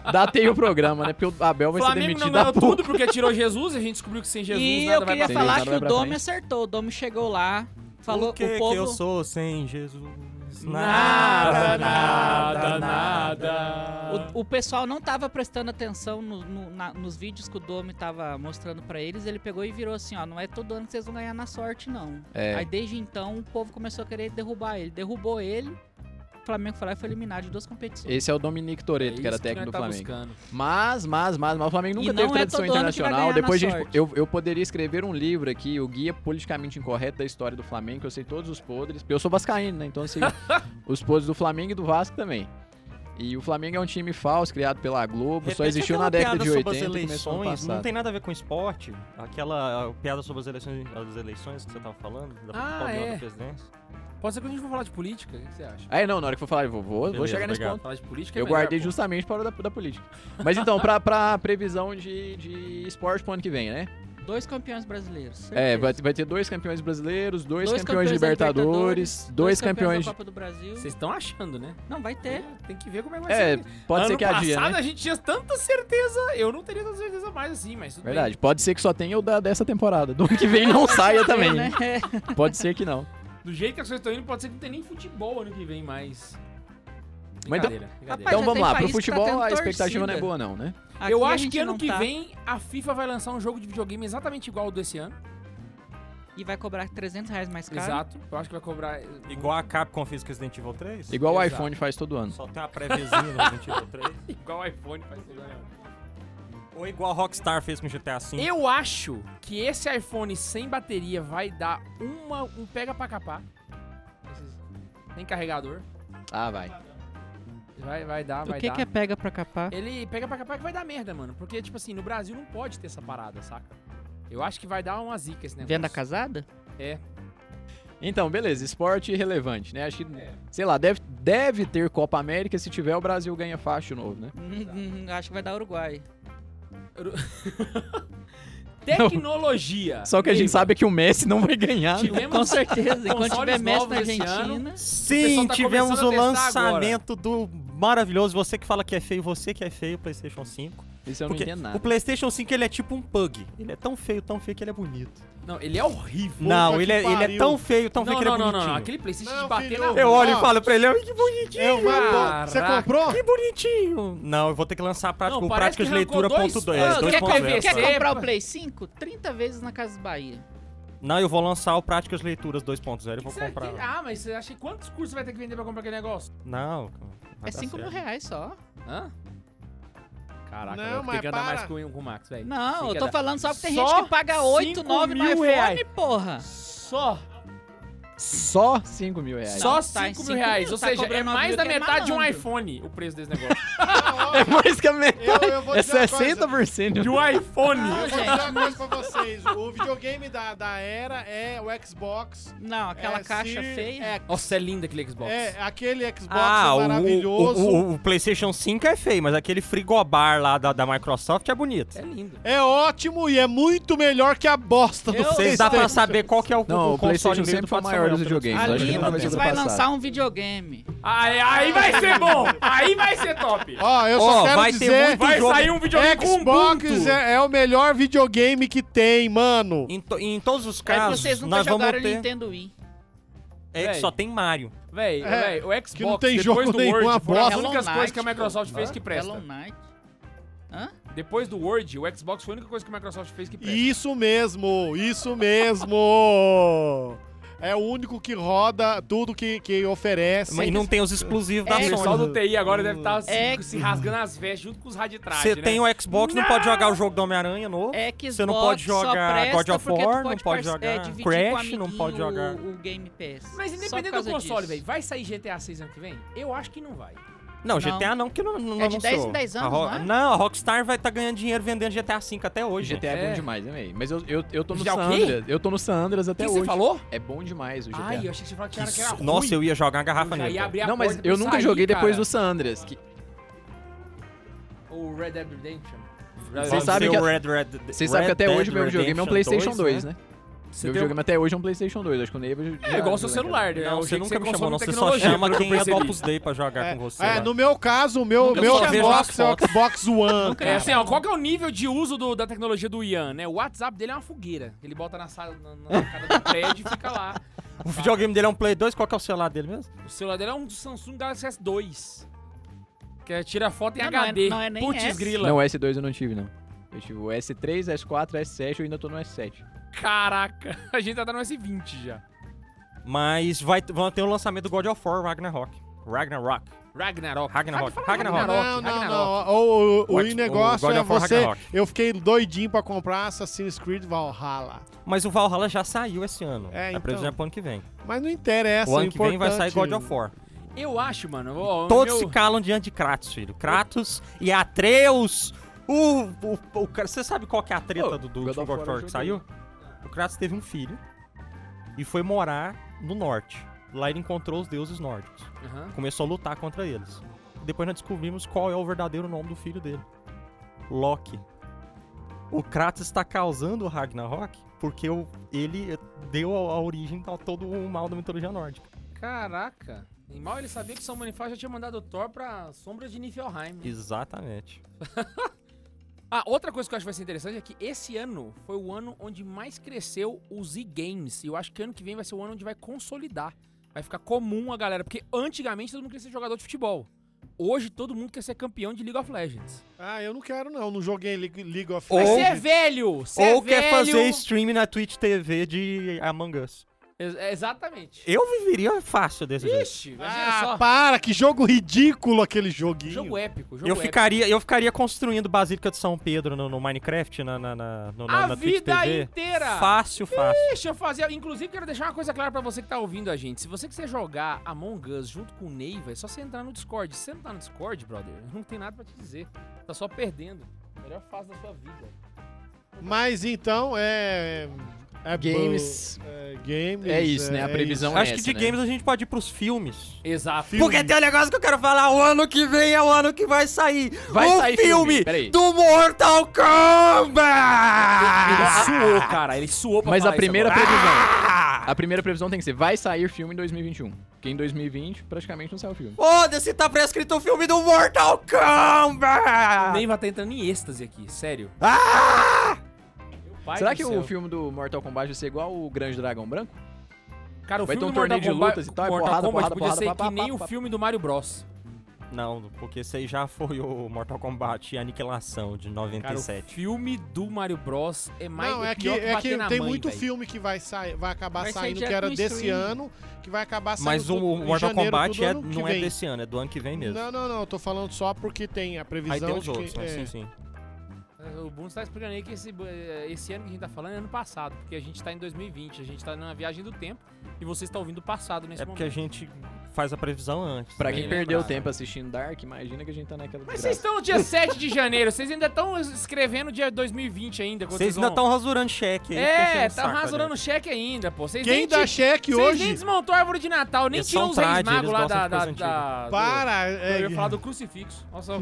S3: é.
S4: Datei o programa, né? Porque o Abel vai ser
S1: Flamengo não
S4: demitido Tá da
S1: ganhou
S4: porra.
S1: tudo porque tirou Jesus, a gente descobriu que sem Jesus
S3: e
S1: nada
S3: eu
S1: vai
S3: queria
S1: pra
S4: pra
S3: falar
S4: frente.
S3: que
S4: Nada
S3: o
S4: vai pra
S3: Domi
S4: frente.
S3: acertou. O Domi chegou lá, falou
S2: o que
S3: o povo.
S2: que eu sou sem Jesus?
S1: Nada, nada, nada. É
S3: O, o pessoal não tava prestando atenção no- no- na- nos vídeos que o Domi tava mostrando pra eles. Ele pegou e virou assim, ó, não é todo ano que vocês vão ganhar na sorte, não.
S4: É.
S3: Aí desde então o povo começou a querer derrubar ele. Derrubou ele, o Flamengo foi lá e foi eliminado de duas competições.
S4: Esse é o Dominique Toretto, que era técnico do Flamengo.
S1: tá Buscando.
S4: Mas, mas, mas, mas o Flamengo nunca
S3: E
S4: teve
S3: não é
S4: tradição
S3: todo ano que vai
S4: internacional.
S3: ganhar na
S4: Depois a gente,
S3: sorte.
S4: eu, eu poderia escrever um livro aqui, o Guia Politicamente Incorreto da História do Flamengo, que eu sei todos os podres. porque Eu sou vascaíno, né? Então eu sei os podres do Flamengo e do Vasco também. E o Flamengo é um time falso, criado pela Globo, só
S2: Repete
S4: existiu
S2: aquela
S4: na década
S2: piada
S4: de
S2: sobre as
S4: 80 e começou ano
S2: eleições, Não
S4: passado.
S2: tem nada a ver com esporte. Aquela ah, piada sobre as eleições, as eleições que você tava falando, da
S1: Ah,
S2: problema
S1: é.
S2: da presidência.
S1: Pode ser que a gente for falar de política? O que você acha?
S4: Aí não, na hora que for falar, eu vou, vou, vou
S2: Beleza,
S4: chegar nesse
S2: obrigado.
S4: ponto.
S1: Falar de política é
S4: É. Eu
S1: melhor,
S4: guardei
S1: pô.
S4: justamente para o da, da política. Mas então, pra, pra previsão de, de esporte pro ano que vem, né?
S3: Dois campeões brasileiros.
S4: É,
S3: certeza.
S4: vai, vai ter dois campeões brasileiros, dois,
S3: Dois
S4: campeões, de
S3: da
S4: Libertadores, dois
S3: da
S4: campeões de.
S3: Copa do Brasil.
S1: Vocês estão achando, né?
S3: Não, vai ter.
S1: Tem que ver como é que vai
S4: É,
S1: ser.
S4: pode
S1: ano
S4: ser que adia,
S1: passado é
S4: né?
S1: a gente tinha tanta certeza, eu não teria tanta certeza mais assim, mas tudo
S4: Verdade, pode ser que só tenha o da, dessa temporada. Do ano que vem não saia também.
S3: Né?
S4: Pode ser que não.
S1: bem. Do jeito que as coisas estão indo, pode ser que não tenha nem futebol ano que vem mais.
S4: Mas então-
S1: Brincadeira, brincadeira.
S3: Rapaz,
S4: então
S3: já
S4: vamos
S3: tem
S4: lá, pro
S3: país que tá
S4: futebol
S3: tendo
S4: a
S3: torcida.
S4: expectativa não é boa, não, né?
S1: eu
S3: Aqui a
S1: acho que
S3: gente
S1: ano
S3: não
S1: que
S3: tá
S1: vem a FIFA vai lançar um jogo de videogame exatamente igual ao desse ano.
S3: E vai cobrar 300 reais mais caro.
S1: Exato. Eu acho que vai cobrar.
S2: Igual a Capcom fez com Resident Evil 3?
S4: Igual
S1: Exato.
S4: o iPhone faz todo ano.
S2: Só tem uma préviazinha no Resident Evil 3.
S1: Igual o iPhone faz né? todo ano.
S2: Ou igual a Rockstar fez com GTA V.
S1: Eu acho que esse iPhone sem bateria vai dar uma, um pega pra capar. Esses- Tem carregador.
S4: Ah, vai.
S1: Vai, vai dar,
S3: O
S1: vai
S3: que,
S1: dar.
S3: que é pega pra capar?
S1: Ele pega pra capar que vai dar merda, mano. Porque, tipo assim, no Brasil não pode ter essa parada, saca? Eu acho que vai dar uma zica esse negócio.
S3: Venda casada?
S1: É.
S4: Então, beleza, esporte relevante, né? Acho que, sei lá, deve, deve ter Copa América. Se tiver, o Brasil ganha faixa de novo, né?
S3: Hum, hum, Acho que vai dar Uruguai.
S1: Tecnologia.
S4: Só que a gente
S1: Neiva,
S4: sabe que o Messi não vai ganhar. né?
S1: Tivemos
S3: Com certeza. Enquanto
S1: Consoles
S3: tiver Messi na
S1: novos esse ano.
S3: Argentina.
S1: O pessoal
S2: Sim,
S1: tá
S2: tivemos o
S1: começando a testar
S2: lançamento do maravilhoso, você que fala que é feio, você que é feio, PlayStation 5.
S4: Isso eu não
S2: Porque
S4: entendo
S2: o
S4: nada.
S2: PlayStation 5 ele é tipo um pug. Ele é tão feio, tão feio que ele é bonito.
S1: Não, ele é horrível.
S2: não,
S5: que
S2: ele é, ele é
S5: pariu.
S2: tão feio, tão
S1: não,
S2: feio
S1: não,
S2: que ele é
S1: não, não,
S2: bonitinho.
S1: não. Aquele PlayStation de
S5: Não,
S1: bater
S5: filho.
S1: na
S2: Eu olho
S5: Ó,
S2: e falo pra ele, "Ai, que bonitinho,
S5: É uma boa.
S1: Caraca.
S5: Você comprou?
S2: que bonitinho. Não, eu vou ter que lançar a prática,
S1: Não,
S2: o
S1: parece
S2: práticas
S1: que arrancou
S2: leitura
S1: dois-
S2: ponto
S1: Ah,
S2: dois,
S1: quer
S2: dois
S3: quer,
S2: ponto zero,
S1: conversa,
S3: quer
S2: sabe?
S1: conver-
S3: comprar o Play 5? 30 vezes na Casa Bahia.
S2: Não, eu vou lançar o práticas leituras 2.0 e vou
S1: Isso é-
S2: comprar.
S1: Ah, mas você acha que quantos cursos você vai ter que vender pra comprar aquele negócio?
S2: Não.
S3: É 5 mil reais só.
S1: Hã? Caraca,
S5: Não,
S1: eu vou ter
S5: mas
S1: que andar
S5: para.
S1: mais com, com o Max, velho. Tem
S3: Não,
S1: que
S3: eu tô
S1: dar-
S3: falando só que tem
S1: Só
S3: gente que paga 8,
S1: cinco
S3: 9 no
S1: mil
S3: iPhone,
S1: reais.
S3: porra.
S1: Só,
S4: Só 5 mil reais.
S1: só
S3: tá
S1: 5
S3: cinco
S1: mil
S3: mil,
S1: reais. Ou
S3: tá
S1: seja, é
S3: cobrando nove
S1: mais
S3: mil
S1: da
S3: que é
S1: metade de um
S3: malandro.
S1: iPhone o preço desse negócio.
S4: É por isso que a
S5: Eu,
S4: metade.
S5: eu vou
S4: É
S5: dizer uma coisa.
S4: 60%.
S1: de um iPhone.
S5: Eu vou dizer uma coisa pra vocês. O videogame da, da era é o Xbox.
S3: Não, aquela
S5: É,
S3: caixa
S5: se-
S3: feia.
S5: é,
S1: Nossa, é lindo aquele Xbox.
S5: É, aquele Xbox
S2: Ah, o,
S5: maravilhoso.
S2: o- o- o PlayStation 5 é feio, mas aquele frigobar lá da, da Microsoft é bonito.
S1: É lindo.
S5: É ótimo e é muito melhor que a bosta do
S3: Eu-
S2: Vocês dá pra
S5: PlayStation.
S2: saber qual que é o
S4: Não, o PlayStation
S2: meio
S4: sempre foi o
S2: Pato
S4: maior
S2: Samuel,
S4: dos
S2: pelo menos.
S4: videogumes,
S3: A
S4: acho que não tá
S3: Lima
S4: mais
S3: vai
S4: ultrapassado.
S3: lançar um videogame.
S1: Aí, aí vai ser bom. Aí vai ser top.
S5: Ó, eu
S2: Ó,
S5: só quero
S2: vai ter
S5: dizer,
S2: muito
S1: Vai
S2: jogo-
S1: sair um videogame com
S5: Xbox
S1: Ubuntu.
S5: é, é o melhor videogame que tem, mano.
S2: Em, to- em todos os
S3: Mas
S2: casos,
S3: É vocês nunca
S2: nós vamos
S3: jogaram
S2: ter...
S3: Nintendo Wii.
S2: É que só tem Mario.
S1: Véi,
S5: É,
S1: véi, o Xbox,
S5: não tem
S1: depois
S5: jogo
S1: do
S5: nenhum, uma
S1: Word, foram as
S5: bosta.
S1: únicas
S3: Hollow
S1: coisas que a
S3: Knight,
S1: Microsoft
S3: pô.
S1: fez que
S3: Hollow
S1: presta.
S3: Knight. Hã?
S1: Depois do Word, o Xbox
S2: É.
S1: foi a única coisa que a Microsoft fez que presta.
S5: Isso mesmo, isso mesmo. é o único que roda tudo que, que oferece.
S2: Mas não tem os exclusivos da
S3: É,
S1: O
S2: Sony.
S1: pessoal do TI agora deve estar
S3: É.
S1: se rasgando as vestes junto com os raditrades,
S2: Você
S1: né?
S2: tem o Xbox, não, pode jogar o jogo do Homem-Aranha novo.
S3: Xbox
S2: Você não pode jogar
S3: só presta
S2: God of
S3: porque tu
S2: War, não pode
S3: parce-
S2: jogar
S3: dividir
S2: Crash,
S3: com o
S2: não
S3: amiguinho
S2: pode jogar.
S3: O, o Game Pass.
S1: Mas
S3: Só por
S1: independente do
S3: causa
S1: console,
S3: disso.
S1: velho, vai sair GTA 6 ano que vem? Eu acho que não vai.
S2: Não,
S3: Não.
S2: GTA não, porque não, não
S3: É de 10 em
S2: anunciou.
S3: 10
S2: A
S3: anos, não é?
S2: Não, a Rockstar vai estar ganhando dinheiro vendendo GTA V até hoje.
S4: GTA é
S1: É.
S4: bom demais, né, véi? Mas eu, eu, eu tô no
S1: Já é o quê?
S4: Sandras. Eu tô no Sandras até
S1: Quem
S4: hoje.
S1: você falou?
S4: É bom demais o GTA.
S1: Ai, eu achei que você falou que, era, que era
S2: Isso-
S1: ruim.
S2: Nossa, eu ia jogar uma garrafa
S1: Eu já
S2: nele.
S1: ia
S2: cara.
S1: abrir a
S4: Não, mas
S1: porta pra
S4: eu nunca
S1: sair,
S4: joguei depois
S1: cara.
S4: do Sandras. Que...
S1: O Red Dead Redemption.
S2: Vamos
S4: Vocês sabem
S2: ver
S4: que-
S2: o Red, Red,
S4: Vocês sabem que até
S2: Red
S4: hoje o meu
S2: Dead
S4: videogame é um
S2: Redemption
S4: PlayStation 2,
S2: né?
S4: né?
S1: Você
S4: Meu
S1: tem um-
S4: videogame até hoje é um PlayStation 2. Acho que o Neiva.
S1: É igual seu celular, né?
S2: Não,
S1: É o
S2: você
S1: jeito que
S2: nunca me
S1: consome
S2: chamou, não. Você só
S1: tecnologia,
S2: chama
S1: pelo que
S2: quem
S1: eu
S2: é do
S1: percebi.
S2: Opus Day pra jogar
S5: É,
S2: com você.
S5: é,
S2: lá.
S5: no meu caso, o meu,
S2: Nunca
S5: meu
S2: só vejo
S5: Xbox
S2: as
S5: é o
S2: fotos.
S5: Xbox One,
S1: É
S5: cara.
S1: assim, ó, qual que é o nível de uso do- da tecnologia do Ian, né? O WhatsApp dele é uma fogueira. Ele bota na sala, na, na cara do prédio e fica lá.
S2: O videogame dele é um Play 2, qual que é o celular dele mesmo?
S1: O celular dele é um Samsung Galaxy S2. Que é, tira foto em
S3: Não, não é-
S1: HD.
S3: não é nem
S1: Putz
S3: S.
S1: grila.
S4: Não, o S2 eu não tive, não. Eu tive o S3, S4, S7, eu ainda tô no S7.
S2: é.
S1: Caraca, a gente tá no S20 já.
S2: Mas vai, vão ter o lançamento do God of War Ragnarok. Ragnarok.
S1: Ragnarok.
S2: Ragnarok.
S1: Fala
S2: Ragnarok.
S5: Não, não,
S1: Ragnarok.
S5: não. O, o, o,
S2: O X- o
S5: negócio
S2: God
S5: é
S2: of War
S5: você.
S2: Ragnarok.
S5: Eu fiquei doidinho pra comprar Assassin's Creed Valhalla.
S2: Mas o Valhalla já saiu esse ano.
S5: É,
S2: A previsão é
S5: então.
S2: pro ano que vem.
S5: Mas não interessa.
S2: o ano que vem vai sair
S5: importante-
S2: God of War.
S1: Eu acho, mano. ó, o
S4: Então,
S2: Todos
S1: meu-
S2: se calam diante de Kratos, filho. Kratos e Atreus. O, o, o cara- você sabe qual que é a treta
S4: Ô,
S2: do, do
S4: God
S2: último
S4: of
S2: God
S4: War um
S2: of War
S4: eu
S2: que
S4: joguei.
S2: saiu? O Kratos teve um filho e foi morar no norte. Lá ele encontrou os deuses nórdicos.
S1: Aham.
S2: Começou a lutar contra eles. Depois nós descobrimos qual é o verdadeiro nome do filho dele. Loki. O Kratos está causando o Ragnarok porque o- ele deu a, a origem a todo o mal da mitologia nórdica.
S1: Caraca. E mal ele sabia que São Bonifácio já tinha mandado o Thor pra Sombra de Niflheim.
S2: Exatamente.
S1: Ah, outra coisa que eu acho que vai ser interessante é que esse ano foi o ano onde mais cresceu os e-games. E eu acho que ano que vem vai ser o ano onde vai consolidar. Vai ficar comum a galera. Porque antigamente todo mundo queria ser jogador de futebol. Hoje todo mundo quer ser campeão de League of Legends.
S5: Ah, eu não quero, não. Não joguei League, League of
S1: Mas
S2: Ou-
S1: você é
S5: Legends.
S1: velho! Você é
S2: Ou
S1: velho!
S2: quer fazer stream na Twitch TV de Among Us.
S1: Ex- Exatamente.
S2: Eu viveria fácil desse jeito.
S1: Ixi,
S2: é
S1: imagina
S5: Ah,
S1: só.
S5: para, que jogo ridículo aquele joguinho.
S1: Jogo épico, jogo
S2: Eu
S1: épico.
S2: ficaria, eu ficaria construindo Basílica de São Pedro no, no Minecraft, na, na, na, no- na-
S1: A
S2: na Twitch
S1: vida
S2: TV.
S1: inteira!
S2: Fácil, fácil.
S1: Deixa eu fazer. Inclusive, quero deixar uma coisa clara pra você que tá ouvindo a gente. Se você quiser jogar Among Us junto com o Neiva, é só você entrar no Discord. Se você não tá no Discord, brother, não tem nada pra te dizer. Tá só perdendo. Melhor fase da sua vida.
S2: é-
S5: Mas então, é. é
S4: Games.
S5: bo- é, games.
S4: É isso, né? A previsão
S5: isso.
S4: é
S2: Acho que
S4: essa,
S2: de
S4: né?
S2: games a gente pode ir pros filmes.
S1: Exato.
S5: Filme.
S2: Porque tem um negócio que eu quero falar, o ano que vem é o ano que vai sair
S4: Vai
S2: o
S4: sair filme,
S2: filme,
S4: peraí.
S2: do Mortal Kombat!
S1: Ele suou, cara. Ele suou pra
S4: Mas a
S1: falar isso
S4: primeira
S1: agora. Ah!
S4: previsão. A primeira previsão tem que ser: vai sair filme em 2021. Porque um. em 2020 praticamente não saiu filme.
S2: Foda-se, tá prescrito o filme do Mortal
S1: O
S2: Kombat!
S1: Neiva tá entrando em êxtase aqui, sério. Meu pai
S4: Ah! Será
S1: do
S4: que
S1: céu.
S4: o filme do Mortal Kombat vai ser igual o Grande Dragão Branco?
S1: Cara, o
S4: vai ter
S1: filme
S4: um
S1: do Mortal
S4: torneio de
S1: Kombat-
S4: lutas e tal, é
S1: Mortal
S4: porrada,
S1: Kombat
S4: porrada,
S1: podia
S4: porrada,
S1: ser
S4: pá, pá,
S1: que nem
S4: pá,
S1: o
S4: pá.
S1: filme do Mario Bros.
S2: Não, porque esse aí já foi o Mortal Kombat e a Aniquilação de
S1: Cara, o
S2: 97.
S1: filme do Mario Bros é mais
S5: Não, é que,
S1: pior
S5: é
S1: bater
S5: que
S1: na
S5: tem
S1: mãe,
S5: muito
S1: velho.
S5: filme que vai, sair, vai acabar
S3: Vai sair
S5: saindo, que
S3: direto
S5: era
S3: no
S5: desse
S3: streaming.
S5: ano, que vai acabar tá saindo.
S2: Mas o
S5: tudo em
S2: Mortal
S5: janeiro,
S2: Kombat
S5: tudo
S2: é-
S5: ano que
S2: não é
S5: vem.
S2: desse ano, é do ano que vem mesmo.
S5: Não, não, não. Eu tô falando só porque tem a previsão
S2: aí tem os
S5: de que-
S2: outros, né?
S5: é.
S2: Sim, sim.
S1: É, O Bruno está explicando aí que esse, eh, esse ano que a gente tá falando é ano passado, porque a gente tá em 2020, a gente tá na viagem do tempo e você está ouvindo o passado nesse
S2: É porque a
S1: momento.
S2: gente faz a previsão antes.
S4: Pra
S2: né?
S4: quem
S1: Sim,
S4: perdeu
S1: claro.
S4: tempo assistindo Dark, imagina que a gente tá naquela.
S1: Mas vocês
S4: desgraça.
S1: estão no dia 7 de janeiro, vocês ainda estão escrevendo o dia 2020 ainda. quando
S2: Vocês ainda
S1: vão-
S2: estão rasurando cheque aí.
S1: É, tá
S2: né?
S1: rasurando cheque ainda, pô. Vocês
S5: Quem
S1: nem
S5: dá
S1: ti-
S5: cheque
S1: Vocês nem
S5: hoje.
S1: desmontou a árvore de Natal, nem
S2: Eles
S1: tirou
S2: são
S1: os reis
S2: trad,
S1: magos
S2: eles
S1: lá
S2: gostam
S1: da...
S2: de
S1: da,
S2: coisa
S1: da- do-
S5: Para. é,
S1: Eu ia falar do crucifixo. Nossa, eu-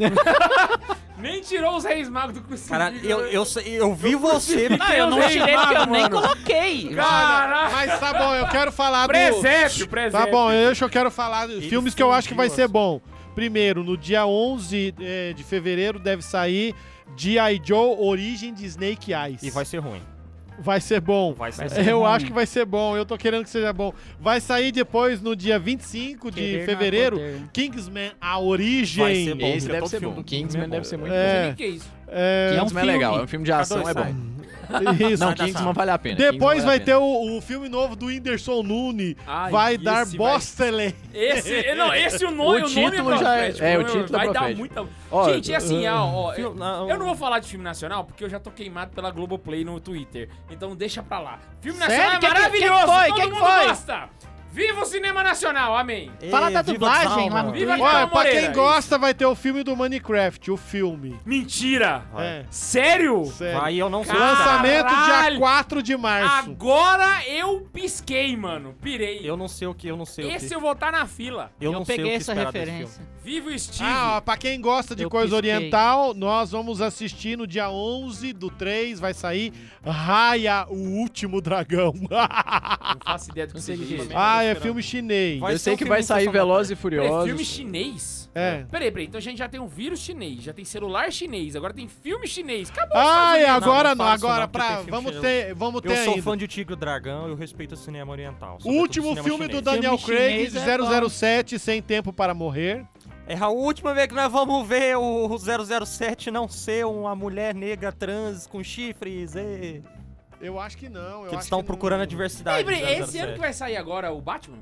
S1: nem tirou os reis magos do crucifixo. né?
S2: Cara, eu, eu, sei- eu vi você.
S3: Ah, eu não
S1: Deus,
S3: tirei porque eu
S1: mano.
S3: nem coloquei.
S1: Caraca!
S5: Mas tá bom, eu quero falar do.
S1: Presépio, presépio.
S5: Tá bom, deixa eu quero falar de
S2: Ele
S5: filmes que eu acho que vai
S2: fundiu
S5: ser bom. Primeiro, no dia 11 eh, de fevereiro deve sair G.I. Joe Origem de Snake Eyes.
S2: E vai ser ruim.
S5: Vai ser bom.
S2: Vai ser.
S5: eu acho que vai ser bom, eu tô querendo que seja bom. Vai sair depois, no dia 25 de
S3: Querer não é
S5: fevereiro,
S3: poder.
S2: Kingsman.
S5: A Origem.
S2: Vai ser bom.
S4: Esse
S2: porque
S4: deve
S2: todo
S4: ser
S2: filme
S4: bom.
S2: do Kingsman
S4: Kingsman
S2: é
S4: deve
S2: bom.
S4: ser muito
S1: Não
S5: É.
S1: sei nem o que é isso.
S5: É,
S4: Kingsman é
S3: filme.
S4: legal, é um filme de ação, é
S2: Cada
S4: bom.
S2: dois
S5: Isso.
S4: Não, tá Kingsman vale a pena.
S5: Depois
S4: Kingsman
S5: vai
S4: vale a
S5: ter o, o filme novo do Whindersson Nunes.
S1: Ai,
S5: vai
S1: esse
S5: dar
S1: vai-
S5: Bosteley.
S1: Esse, é, não, esse o nome, o,
S4: O
S1: nome
S4: título já é-
S1: profético,
S4: é, o
S1: né?
S4: título é
S1: vai dar
S4: profético.
S1: muita.
S4: Ó,
S1: Gente, é assim, ó, ó,
S2: Fil-
S1: eu,
S2: não,
S1: eu não vou falar de filme nacional porque eu já tô queimado pela Globoplay no Twitter. Então deixa pra lá. Filme
S3: Sério?
S1: nacional
S3: Que-
S1: é
S3: que-
S1: maravilhoso,
S3: que foi?
S1: todo
S3: Que que
S1: mundo
S3: foi?
S1: gosta. Viva o cinema nacional, amém.
S2: Ei,
S3: Fala da
S2: é, viva
S3: dublagem
S2: Djalma.
S3: lá no
S1: Viva
S3: Twitter.
S5: Olha,
S1: Então,
S5: pra
S1: Moreira,
S5: quem gosta, vai ter o filme do Minecraft, o filme.
S1: Mentira!
S2: Vai.
S5: É,
S1: Sério?
S5: sério.
S2: Vai, eu não sei.
S1: Caralho.
S5: Lançamento
S1: Caralho!
S5: dia 4 de março.
S1: Agora eu pisquei, mano. Pirei.
S2: Eu não sei o que, eu não sei o
S1: Esse
S2: que.
S1: eu vou estar na fila.
S2: Eu, não sei o
S3: peguei
S2: que
S3: essa
S2: esperar desse
S3: referência.
S1: Viva o Steve.
S5: Ah, ó, pra quem gosta de
S3: Eu
S5: coisa
S3: pisquei.
S5: oriental, nós vamos assistir no dia 11 do 3, vai sair Raya, o Último Dragão.
S1: Não faço ideia do que
S4: Não
S1: seja
S4: sei o que
S1: isso.
S4: é
S1: também.
S5: ah, é
S2: esperando.
S5: filme chinês.
S4: pena.
S2: Vai
S4: Eu
S2: ser
S4: sei
S2: um
S4: que
S2: filme
S4: vai sair
S2: sensacional.
S4: Velozes e
S1: Peraí,
S4: Furiosos.
S1: filme chinês?
S5: É.
S1: Peraí, peraí. Então a gente já tem um vírus chinês, já tem celular chinês, agora tem filme chinês. Acabou.
S5: Ah, e
S2: não,
S5: agora
S2: não
S5: não,
S2: fala isso
S5: agora
S2: não, porque tem
S5: pra
S2: filme
S5: vamos
S2: chinês.
S5: ter, vamos ter
S2: Eu sou
S5: ainda.
S2: fã de Tigre e o Dragão, eu respeito o cinema oriental.
S5: O
S2: sobretudo
S5: último
S2: cinema
S5: filme do
S2: chinês.
S5: Daniel
S3: Filme
S5: Craig,
S3: chinês é bom.
S5: 007, Sem Tempo para Morrer.
S2: É a última vez que nós vamos ver o 007 não ser uma mulher negra trans com chifres. E...
S5: Eu acho que não, é. eu
S2: Que eles
S5: acho
S2: estão
S5: que
S2: procurando a
S5: não-
S2: diversidade.
S1: Peraí, peraí.
S2: do
S1: Esse ano que
S2: 007.
S1: vai sair agora o Batman?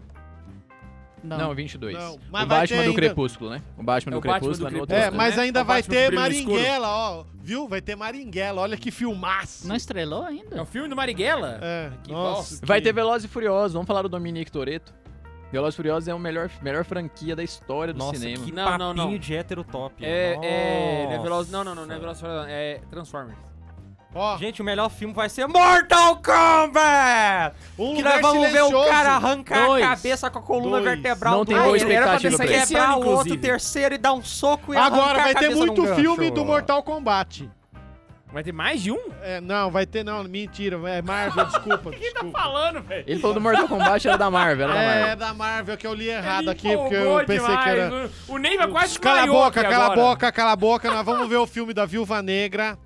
S4: Não, 22.
S5: Não, mas
S4: o
S5: vai
S4: Batman
S5: ter
S4: do
S5: ainda-
S4: Crepúsculo, né? O Batman
S1: É o
S4: do
S1: Batman do
S4: Crepúsculo é no outro
S5: É,
S1: Crepúsculo,
S4: ano,
S5: mas
S1: né?
S5: ainda
S1: O
S5: vai
S1: Batman
S5: ter
S1: do brilho escuro.
S5: Maringuela, ó. Viu? Vai ter Maringuela, olha que filmaço.
S3: Não estrelou
S1: É
S3: ainda?
S1: o filme do Marighella?
S5: É,
S1: Que
S5: nossa.
S1: bosta.
S5: que-
S4: Vai ter Velozes e Furiosos. Vamos falar do Dominique Toretto. Velozes e Furiosos é a melhor, melhor franquia da história do
S2: Nossa,
S4: cinema.
S2: que
S1: Não,
S2: não,
S1: não,
S2: papinho
S1: não.
S2: de hétero top.
S1: É, é, não é
S2: Nossa.
S1: Veloz, não, não, não, não é Veloz, é Transformers.
S5: Ó,
S2: Gente, o melhor filme vai ser Mortal Kombat!
S5: um
S2: que nós
S5: lugar
S2: vamos ver o
S5: silencioso.
S2: cara arrancar
S5: Dois.
S2: a cabeça com a coluna
S5: Dois.
S2: vertebral.
S4: Não tem
S2: do
S4: boa
S2: outro,
S1: Ah, era pra ter
S4: expectativa pra
S1: saído
S4: ele.
S1: esse ano,
S2: Quebrar o outro
S1: inclusive.
S2: terceiro e dar um soco e
S5: Agora
S2: arrancar a
S5: vai ter
S2: cabeça num
S5: muito
S2: gancho.
S5: filme do Mortal Kombat.
S1: Vai ter mais de um? O
S5: É, não, vai ter não, mentira, é Marvel, desculpa.
S1: que tá
S5: desculpa.
S1: falando, velho?
S4: Ele falou do Mortal Kombat, era da Marvel, era da
S5: É,
S4: Marvel.
S5: é da Marvel que eu li errado
S1: Ele
S5: aqui, porque eu
S1: empolgou
S5: pensei que
S1: demais.
S5: era.
S1: O o Ney vai quase
S5: Cala a
S1: desmaiou
S5: boca,
S1: aqui
S5: cala a
S1: agora.
S5: boca, cala a boca. Nós vamos ver o filme da Viúva Negra.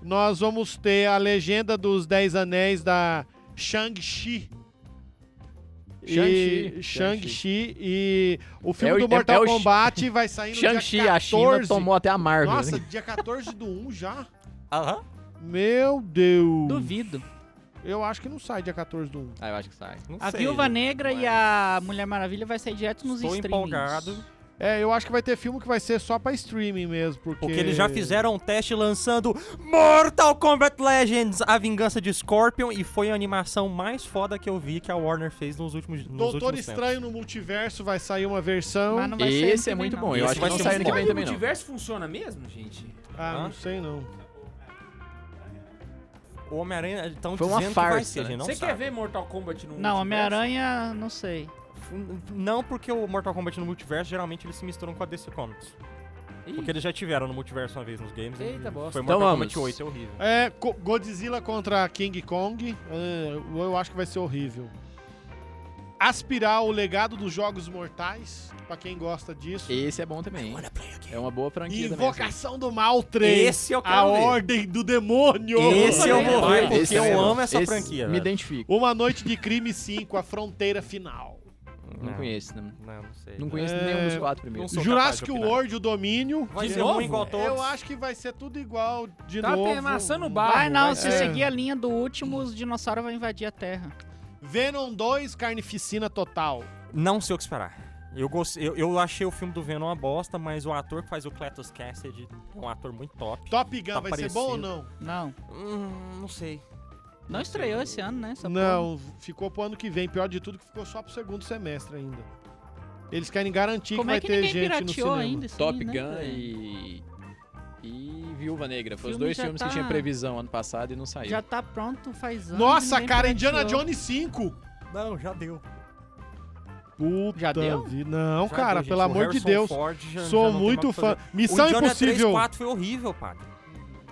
S5: Nós vamos ter a legenda dos Dez Anéis da Shang-Chi. E-
S4: Shang-Chi.
S5: Shang-Chi. E o filme
S4: É o-
S5: do
S4: é-
S5: Mortal
S4: é o-
S5: Kombat vai sair no
S4: Shang-Chi,
S5: dia
S4: a
S5: 14.
S4: China tomou até a Marvel.
S5: Nossa,
S4: né?
S5: dia 14 do 1 já?
S2: Aham.
S5: Meu Deus.
S3: Duvido.
S5: Eu acho que não sai dia 14 do 1.
S4: Ah, eu acho que sai.
S2: Não
S3: A
S2: sei,
S3: Viúva
S2: gente,
S3: Negra
S2: mas
S3: e a Mulher Maravilha vai sair direto nos
S2: Estou
S3: streamings.
S2: empolgado.
S5: É, eu acho que vai ter filme que vai ser só pra streaming mesmo, porque...
S2: Porque eles já fizeram um teste lançando Mortal Kombat Legends, a vingança de Scorpion, e foi a animação mais foda que eu vi que a Warner fez nos últimos, nos
S5: Doutor
S2: últimos tempos.
S5: Estranho no Multiverso vai sair uma versão...
S3: Mas não vai sair ano que
S4: Esse é
S3: vem,
S4: muito
S3: não.
S4: bom.
S2: Esse
S4: Eu acho que
S2: vai
S4: não
S2: ser
S4: sai
S2: muito
S4: ano que vem
S1: Mas O
S4: também, não.
S1: multiverso funciona mesmo, gente?
S5: Ah,
S2: Hã?
S5: não sei não.
S2: O Homem-Aranha estão
S4: Foi uma
S2: dizendo que vai
S4: farsa, né?
S2: ser, a gente não
S1: Você
S2: sabe.
S1: quer ver Mortal Kombat no
S3: Não,
S1: multiverso?
S3: Homem-Aranha, não sei.
S2: N- Não porque o Mortal Kombat no multiverso, geralmente eles se misturam com a DC Comics.
S1: Ih,
S2: Porque eles já tiveram no multiverso uma vez nos games.
S1: Eita
S2: e
S1: bosta.
S2: Foi Mortal
S4: Então vamos.
S2: Kombat 8, é horrível.
S5: É, Co- Godzilla contra King Kong, é, eu acho que vai ser horrível. Aspirar o legado dos Jogos Mortais, pra quem gosta disso.
S4: Esse é bom também. hein? É uma boa
S5: E
S4: franquia também.
S5: Invocação do Mal 3.
S2: Esse eu quero
S5: A
S2: ver.
S5: Ordem do Demônio.
S2: Esse eu vou ver,
S4: Vai,
S2: porque
S4: esse
S2: eu
S4: também é bom.
S2: amo essa
S4: Esse
S2: franquia.
S4: Me
S2: velho.
S4: identifico.
S5: Uma Noite de Crime 5, A Fronteira Final.
S4: Não conheço, não.
S2: É. Não, não sei.
S4: Não conheço
S5: É,
S4: nenhum dos quatro primeiros.
S2: Sou capaz de
S5: Jurassic
S2: opinar.
S5: World, o Domínio.
S2: Vai
S1: De
S2: ser
S1: novo?
S2: um igual todos.
S5: Eu acho que vai ser tudo igual de
S1: Tá
S5: novo.
S1: amassando o barro.
S3: Vai não,
S1: vai
S3: se
S1: ser.
S3: seguir a linha do último, os dinossauros vão invadir a Terra.
S5: Venom 2, Carnificina Total.
S2: Não sei o que esperar. Eu, gostei, eu, eu achei o filme do Venom uma bosta, mas o ator que faz o Cletus Cassidy é um ator muito top.
S5: Top Gun,
S2: Tá
S5: vai ser bom ou
S2: parecendo.
S3: Não.
S5: não?
S2: Hum, não sei.
S3: Não estreou esse ano, né? essa porra?
S5: Não, ficou pro ano que vem. Pior de tudo que ficou só pro segundo semestre ainda. Eles querem garantir
S3: Como
S5: que vai
S3: é que
S5: ter
S3: ninguém
S5: gente no
S3: pirateou
S5: cinema.
S3: ainda? isso
S4: Top
S3: aí, né,
S4: Gun
S3: velho?
S4: e. E Viúva Negra. Foi os
S3: Filme
S4: dois
S3: já
S4: filmes
S3: tá-
S4: que tinha previsão ano passado e não saiu.
S3: Já tá pronto faz anos.
S5: Nossa,
S3: ninguém
S5: cara,
S3: pirateou.
S5: Indiana Jones 5.
S2: Não, já deu.
S5: Puta
S3: Já deu?
S5: vi- Não,
S2: Já
S5: cara,
S2: deu, gente.
S5: pelo
S2: O
S5: amor de
S2: Harrison
S5: Deus.
S2: Ford já- já
S5: Sou
S2: não tem
S5: muito
S2: mais o que
S5: fã.
S2: fazer.
S5: Missão
S2: o Indiana
S5: Impossível.
S2: 3, 4 foi horrível, padre.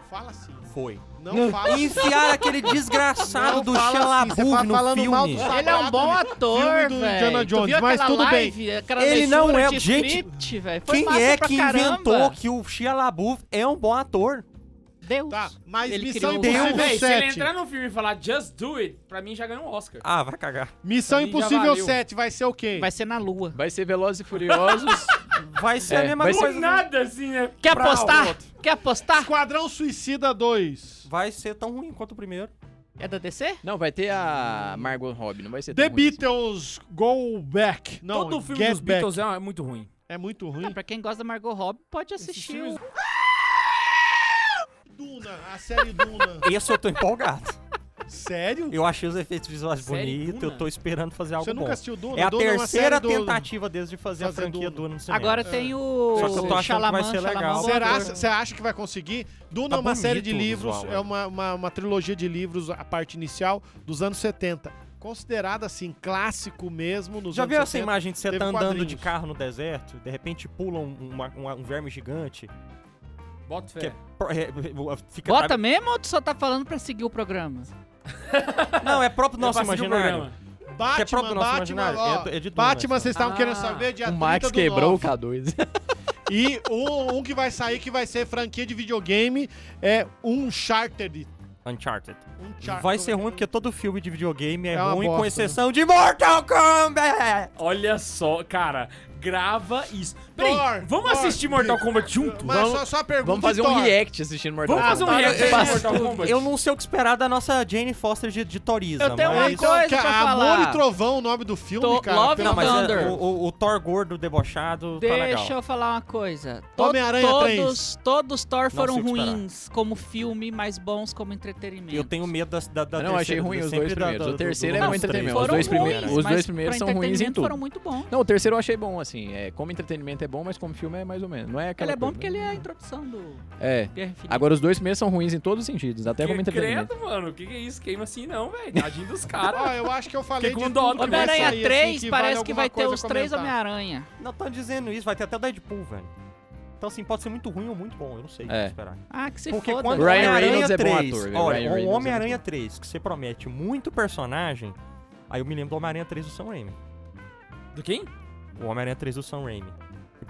S5: Fala assim.
S2: Foi.
S5: Não fala assim.
S2: Enfiaram aquele desgraçado
S5: Não
S2: do
S5: fala assim,
S2: Xalabu
S5: você tá
S2: no
S5: falando
S2: filme.
S5: mal do Sa-
S3: Ele é um bom
S5: Filme
S3: ator,
S5: do
S3: velho.
S5: Indiana
S3: Tu
S5: Jones,
S3: viu
S5: mas
S3: aquela
S5: tudo bem.
S3: live, aquela
S2: Ele não
S3: leitura
S2: é-
S3: de
S2: gente,
S3: script, velho? Foi
S2: Quem
S3: massa
S2: é
S3: pra
S2: que
S3: caramba.
S2: inventou que o Xalabu é um bom ator?
S3: Deus.
S5: Tá, mas
S3: Ele
S5: Missão
S3: criou o-
S5: Impossível
S1: Véi, um se ele
S5: 7.
S1: entrar no filme e falar Just Do It, pra mim já ganhou um Oscar.
S2: Ah, vai cagar.
S5: Missão
S1: Pra mim já
S5: Impossível
S1: valeu.
S5: 7 vai ser o quê?
S3: Vai ser na lua.
S4: Vai ser Velozes e Furiosos.
S2: Vai ser
S4: É,
S2: a mesma
S4: vai ser-
S1: Não
S2: coisa.
S1: é nada assim, né?
S3: Quer
S1: Pra
S3: apostar?
S1: outro.
S3: Quer
S5: Ah!
S3: apostar?
S5: Esquadrão Suicida 2.
S2: Vai ser tão ruim quanto o primeiro.
S3: É da DC?
S4: não, vai ter a Margot Robbie, não vai ser
S5: The
S4: tão ruim assim.
S5: Beatles Go Back. Não,
S1: Todo filme
S5: Get
S1: dos
S5: Back.
S1: Beatles é muito ruim.
S5: É muito
S3: Não,
S5: ruim.
S3: pra quem gosta da Margot Robbie, pode assistir.
S1: filmes-
S3: o-
S5: Duna, a série Duna.
S2: Esse eu tô empolgado.
S5: Sério?
S2: Eu achei os efeitos visuais
S1: Série
S2: bonitos,
S1: Duna?
S2: eu tô esperando fazer algo
S5: Você
S2: bom.
S5: nunca assistiu Duna?
S2: é a
S5: Duna uma
S2: terceira
S5: série do-
S2: tentativa deles de fazer,
S5: fazer
S2: a franquia
S5: Duna.
S2: Duna no cinema.
S3: Agora tem o.
S2: Só que eu tô achando que vai
S3: Xalaman,
S2: ser legal.
S3: Xalaman, bom
S5: Será?
S3: ator.
S5: Você acha que vai conseguir? Duna
S2: Tá
S5: é uma série de
S2: bonito o
S5: livros,
S2: visual,
S5: é
S2: é.
S5: uma, uma, uma trilogia de livros, a parte inicial, dos anos 70. Considerada, assim, clássico mesmo nos
S2: Já
S5: anos
S2: viu essa
S5: 70.
S2: imagem de você
S5: teve
S2: tá andando
S5: quadrinhos.
S2: de carro no deserto, de repente pula um, uma- uma- um verme gigante,
S1: Bota fé.
S2: Que é pro- é, é, fica...
S3: Bota mesmo ou tu só tá falando pra seguir o programa?
S2: Não, é próprio
S1: Eu
S2: nosso
S1: passei de um
S2: imaginário.
S1: programa.
S5: Batman,
S2: Que é próprio do nosso
S5: Batman,
S2: imaginário.
S5: ó,
S2: É do- é de Duna,
S5: Batman,
S2: essa.
S5: vocês estavam
S1: Ah,
S5: querendo saber, dia
S4: né, O
S5: 30
S4: Max
S5: do
S4: quebrou
S5: nove.
S4: o K2.
S5: E um, um que vai sair, que vai ser franquia de videogame, é Uncharted.
S2: Uncharted.
S5: Uncharted.
S2: Vai ser ruim porque todo filme de videogame é,
S5: É uma
S2: ruim,
S5: bosta,
S2: com exceção de Mortal Kombat!
S1: Olha só, cara, grava isso. Peraí,
S5: Thor,
S1: vamos
S5: Thor.
S1: assistir Mortal Kombat junto?
S5: Mas
S1: Vamos,
S5: só, só a pergunta,
S4: Vamos fazer um
S5: Thor.
S4: react assistindo Mortal
S1: vamos fazer um
S4: Kombat.
S1: react de
S4: Mas-
S1: Mortal Kombat?
S2: Eu não sei o que esperar da nossa Jane Foster de, de Toriza,
S3: Eu tenho
S2: mas...
S5: É
S3: uma
S5: isso,
S3: coisa
S5: que é
S3: pra
S5: Amor
S3: falar.
S5: e Trovão, o nome do filme,
S3: Tô-
S5: cara.
S3: Love
S5: pelo
S2: Não, mas é-
S3: Thunder.
S2: o, o- o Thor gordo debochado tá legal.
S3: Deixa eu falar uma coisa. To-
S5: Homem-Aranha
S3: todos, todos Thor foram
S2: sei o que esperar.
S3: ruins como filme, mas bons como entretenimento.
S2: Eu tenho medo das- da, da,
S4: Ah, não, achei
S2: terceira-
S4: ruim os
S2: sempre
S4: dois
S2: da-
S4: primeiros.
S2: da-
S4: O
S2: do-
S4: terceiro
S2: do-
S4: é
S2: dos
S4: muito
S2: três.
S4: entretenimento. Os
S3: Foram
S4: dois, primeiros-
S3: ruins,
S4: os
S3: mas
S4: dois primeiros
S3: pra
S4: são ruins em
S3: entretenimento
S4: tudo.
S3: foram muito bons.
S4: Não, o terceiro eu achei bom, assim. É, como entretenimento é bom, mas como filme é mais ou menos. Não é
S3: Ele
S4: aquela
S3: é bom
S4: coisa,
S3: porque ele é a introdução do
S4: né? É.
S3: Guerra Infinita.
S4: Agora os dois primeiros são ruins em todos os sentidos, até
S1: Que
S4: como entretenimento.
S1: credo, mano, o que, que é isso? Queima assim não, velho. Tadinho dos caras.
S5: Ó, Ah, eu acho que eu falei
S1: Fiquei
S5: de
S1: com dó
S5: tudo
S1: do
S5: que vai
S3: Homem-Aranha
S5: sair, assim,
S3: 3
S5: que vale
S3: parece que
S5: alguma
S3: vai ter
S5: coisa
S3: os três
S5: comentar.
S3: Homem-Aranha.
S2: Não estão dizendo isso, vai ter até o Deadpool, velho. Então, assim, pode ser muito ruim ou muito bom, eu não sei o
S4: É.
S2: que esperar.
S3: Ah, que se
S2: Porque
S3: foda.
S2: quando o
S4: Ryan
S2: Homem-Aranha
S4: Reynolds é bom
S2: 3,
S4: ator, velho. Ryan
S2: Olha,
S4: Reynolds
S2: o
S4: é bom
S2: Homem-Aranha 3, que você promete muito personagem, aí eu me lembro do Homem-Aranha 3 do Sam Raimi.
S1: Do quem?
S2: O Homem-Aranha 3 do Sam Raimi.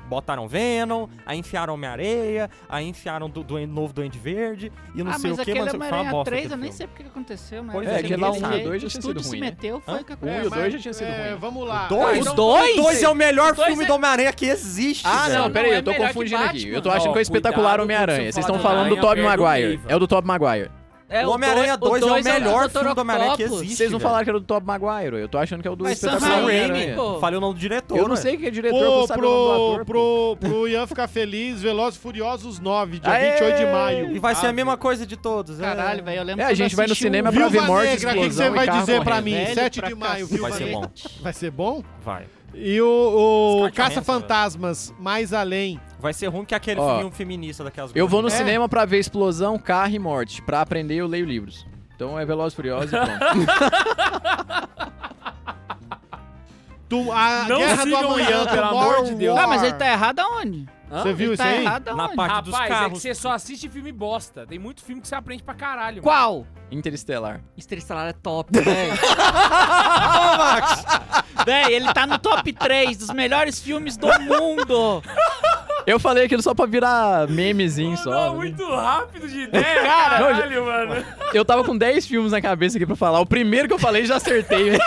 S2: Botaram Venom, aí enfiaram Homem-Areia, aí enfiaram do, do novo Duende Verde, e não
S3: ah,
S2: sei
S3: mas
S2: o que,
S3: aquele
S2: mas foi uma
S3: Homem-Aranha
S2: bosta
S3: 3,
S2: aquele
S3: eu nem
S2: filme.
S3: sei porque que aconteceu, mas...
S2: Pois
S4: é,
S3: eu sei
S4: aquele
S3: que
S4: lá,
S3: eles
S4: um e o
S3: me-
S4: dois já tinha
S3: estúdio
S4: sido
S3: se
S4: ruim, né?
S3: meteu, foi
S2: Hã?
S3: o que
S4: Um
S5: É,
S4: e
S3: aconteceu.
S4: o dois
S5: mas,
S4: já tinha sido
S5: é,
S4: ruim.
S5: Vamos lá.
S2: Dois?
S5: Ah,
S3: Os
S5: então-
S3: dois?
S2: O 2 é o melhor
S3: dois
S2: filme
S3: é-
S2: do Homem-Aranha que existe,
S4: Ah,
S2: velho.
S4: não, pera aí,
S3: é
S4: eu tô
S3: melhor que
S4: confundindo aqui. Eu tô
S1: Batman.
S4: achando que é o
S1: Ó,
S4: espetacular
S1: cuidado quando
S4: Homem-Aranha.
S1: você
S4: Vocês
S1: fala
S4: estão
S1: do
S4: falando do
S1: Aranha,
S4: Tobey
S1: perde o
S4: Maguire.
S1: nível.
S4: É o do Tobey Maguire.
S3: É,
S2: O Homem-Aranha 2 é o
S3: dois
S2: melhor
S3: Dr.
S2: filme do Homem-Aranha que
S3: Octopus.
S2: existe.
S4: Vocês não
S2: velho.
S4: falaram que era do Tobey Maguire. Eu tô achando que é o do
S3: Mas Sam
S4: espetacular
S3: Raimi,
S4: Homem-Aranha.
S3: pô.
S2: Falei o nome do diretor, né?
S4: Eu não
S2: velho.
S4: sei que é diretor,
S5: Pô,
S4: eu vou saber o nome do
S5: pro,
S4: ator. pô.
S5: pro, pro Ian ficar feliz, Velozes e Furiosos 9, dia
S4: Aê!
S5: 28 de maio.
S2: E vai ser
S1: Ah,
S2: a mesma coisa de todos. é.
S3: Caralho, velho, eu lembro
S4: É, a
S3: quando
S4: gente vai no
S3: assisti
S4: cinema
S3: o
S4: pra ver
S5: Viúva
S4: morte,
S5: Negra, o que que
S4: explosão
S5: você vai
S4: e carro
S5: dizer pra
S4: correndo.
S5: mim?
S3: velho
S5: 7
S3: pra
S5: de maio,
S3: cacete.
S5: Viúva
S2: Vai ser
S5: Negra.
S2: bom.
S5: Vai ser bom?
S2: Vai.
S5: E o, o
S2: Scott
S5: Caça-Fantasmas, Mais Além.
S2: Vai ser ruim que aquele
S4: Ó,
S2: filme feminista daquelas
S4: Eu vou no
S5: É.
S4: cinema pra ver explosão, carro e morte. Pra aprender, eu leio livros. Então é Veloz Furioso e pronto.
S5: Tu, a
S1: Não
S5: Guerra do
S1: sigam
S5: Amanhã,
S1: Ian, pelo amor
S5: Tomorrow
S1: de Deus.
S5: War.
S3: Ah, mas ele tá errado aonde?
S1: Hã?
S5: Você viu
S3: ele
S5: isso
S3: tá
S5: aí?
S3: errado
S2: Na
S3: aonde?
S2: parte dos
S1: Rapaz, é que
S2: carros.
S1: você só assiste filme bosta. Tem muito filme que você aprende pra caralho.
S3: Qual?
S4: Interestelar.
S3: Interestelar é top, velho. Véi, ele tá no top 3 dos melhores filmes do mundo.
S4: Eu falei aquilo só pra virar memezinho só.
S1: Mudou
S4: né?
S1: muito rápido de ideia,
S4: Cara, não,
S1: caralho, mano.
S4: Eu tava com 10 filmes na cabeça aqui pra falar. O primeiro que eu falei já acertei. né?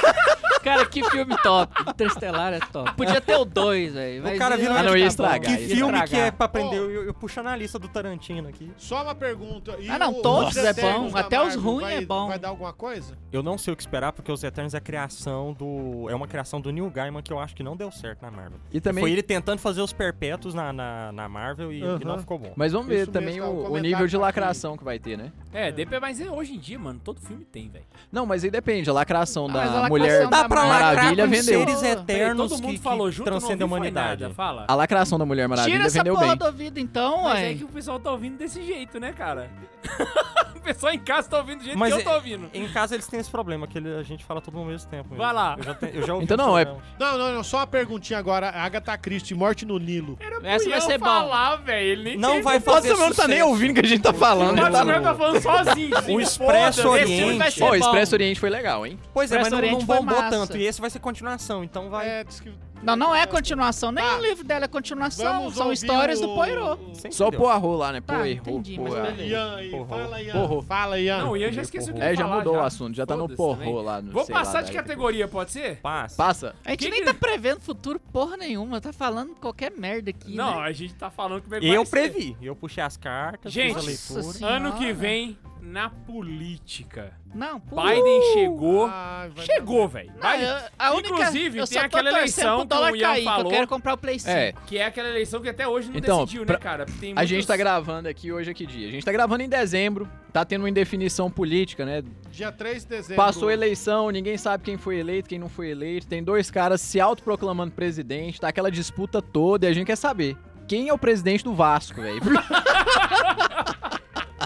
S3: Cara, que filme top. Interestelar é top. Podia ter o 2, velho.
S2: O cara vira
S4: Ah, não,
S2: eu
S4: ia
S3: tá
S2: Que
S4: estragar. ia
S2: filme que é
S3: estragar.
S2: pra aprender? Eu, eu puxo na lista do Tarantino aqui.
S5: Só uma pergunta. E
S3: Ah, não,
S5: o-
S3: todos
S5: os
S3: é
S5: Eternos
S3: bom,
S5: da
S3: até os
S5: Marvel,
S3: ruins
S5: vai-
S3: é bom.
S5: Vai dar alguma coisa?
S2: Eu não sei o que esperar, porque os Eternos é criação do. É uma criação do Neil Gaiman que eu acho que não deu certo na Marvel.
S4: E também.
S2: Foi ele tentando fazer os perpétuos na, na, na Marvel e, e
S5: Aham.
S2: não ficou bom.
S4: Mas vamos ver
S5: Isso mesmo,
S4: também
S3: é
S5: tá, o
S4: o, o
S5: comentário
S4: nível de
S5: tá aqui.
S4: lacração que vai ter, né?
S1: É, DP, mas é hoje em dia, mano, todo filme tem, velho.
S4: Não, mas aí depende. A lacração
S3: Ah,
S4: da
S3: mas a lacração
S4: mulher
S3: da
S2: Dá pra
S3: Maravilha
S2: lacrar com
S4: vendeu.
S2: seres
S1: Peraí,
S2: eternos
S1: Todo mundo
S2: que,
S1: falou
S2: que
S1: junto, eu não ouvi,
S2: transcendem a
S1: foi
S2: humanidade.
S1: nada. Fala.
S4: A lacração da Mulher
S3: Tira
S4: Maravilha
S3: essa
S4: vendeu
S3: porra
S4: bem.
S3: do ouvido então,
S1: Mas é
S3: ué.
S1: que o pessoal tá ouvindo desse jeito, né, cara? o pessoal em casa tá ouvindo do jeito
S2: Mas
S1: que eu
S2: é-
S1: tô ouvindo.
S2: Em casa eles têm esse problema, que ele- a gente fala tudo ao mesmo tempo.
S1: Vai lá.
S2: Eu já, te- eu já ouvi
S4: Então
S2: esse
S4: não, é-
S2: problema.
S5: Não, não, não. Só uma perguntinha agora. Agatha Christie, Morte no Nilo.
S3: Essa
S1: Fui
S3: vai
S1: eu
S3: ser bom.
S1: falar, velho. Ele nem
S2: Não
S1: quis-
S2: vai
S4: Nossa,
S2: fazer
S4: meu não tá nem
S2: sucesso.
S4: ouvindo o que a gente tá
S1: Mas
S4: falando. Ele
S1: o
S4: tá
S1: Gabriel tá falando sozinho.
S2: O
S1: se
S2: Expresso
S1: foda, esse filme vai
S2: Oriente.
S1: ser
S4: Ó,
S1: bom.
S4: Expresso Oriente foi legal, hein?
S2: Pois é,
S3: Pressa
S2: mas não, não
S3: Oriente foi
S2: bombou
S3: massa.
S2: tanto. E esse vai ser continuação, então vai.
S5: É, diz que
S3: Não, não é continuação. Nem
S5: Tá.
S3: o livro dela é continuação.
S5: Vamos
S3: São
S5: ouvir
S3: histórias do
S5: o-
S3: Poirot.
S5: o-
S2: Você
S4: Só
S2: entendeu?
S4: Poirot lá, né?
S3: Tá,
S4: Poirot.
S3: entendi, mas
S4: Poirot.
S3: beleza.
S5: Ian aí,
S2: Porra.
S5: fala Ian.
S4: Porra.
S5: Fala Ian.
S1: Não, o Ian já esqueceu o que
S2: Porra.
S1: ele
S4: É, já
S1: falar,
S4: mudou o assunto, já tá no
S1: Foda-se
S4: porró
S1: também.
S4: lá. No,
S1: Vou
S4: sei lá,
S1: passar de
S4: velho.
S1: categoria, pode ser?
S2: Passa.
S4: Passa.
S3: A gente
S1: Que
S3: nem
S1: que-
S3: tá prevendo futuro porra nenhuma. Tá falando qualquer merda aqui.
S1: Não,
S3: né?
S1: a gente tá falando que vai
S2: Eu
S1: aparecer.
S2: previ. Eu puxei as cartas,
S1: Gente,
S2: fiz a
S3: Nossa
S2: leitura.
S3: Senhora.
S1: Ano que vem,
S4: né?
S1: na política.
S3: Não, pula.
S1: Biden
S4: Ah,
S1: chegou.
S5: Ai, vai
S1: Chegou, velho.
S3: Não,
S1: Biden-
S3: eu- a única,
S1: Inclusive,
S3: eu
S1: tem
S3: só tô
S1: aquela
S3: torcendo
S1: eleição
S3: pro dólar
S1: que o Ian
S3: cair, que
S1: falou.
S3: Eu quero comprar o Play 5.
S4: É,
S1: Que é aquela eleição que até hoje não
S4: Então,
S1: decidiu,
S4: pra-
S1: né, cara? Tem
S4: a gente tá
S1: muitas-
S4: gravando aqui hoje, é que dia? A gente tá gravando em dezembro, tá tendo uma indefinição política, né?
S5: dar. Dia 3 de dezembro.
S4: Passou a eleição, ninguém sabe quem foi eleito, quem não foi eleito. Tem dois caras se autoproclamando presidente, tá aquela disputa toda e a gente quer saber. Quem é o presidente do Vasco, velho?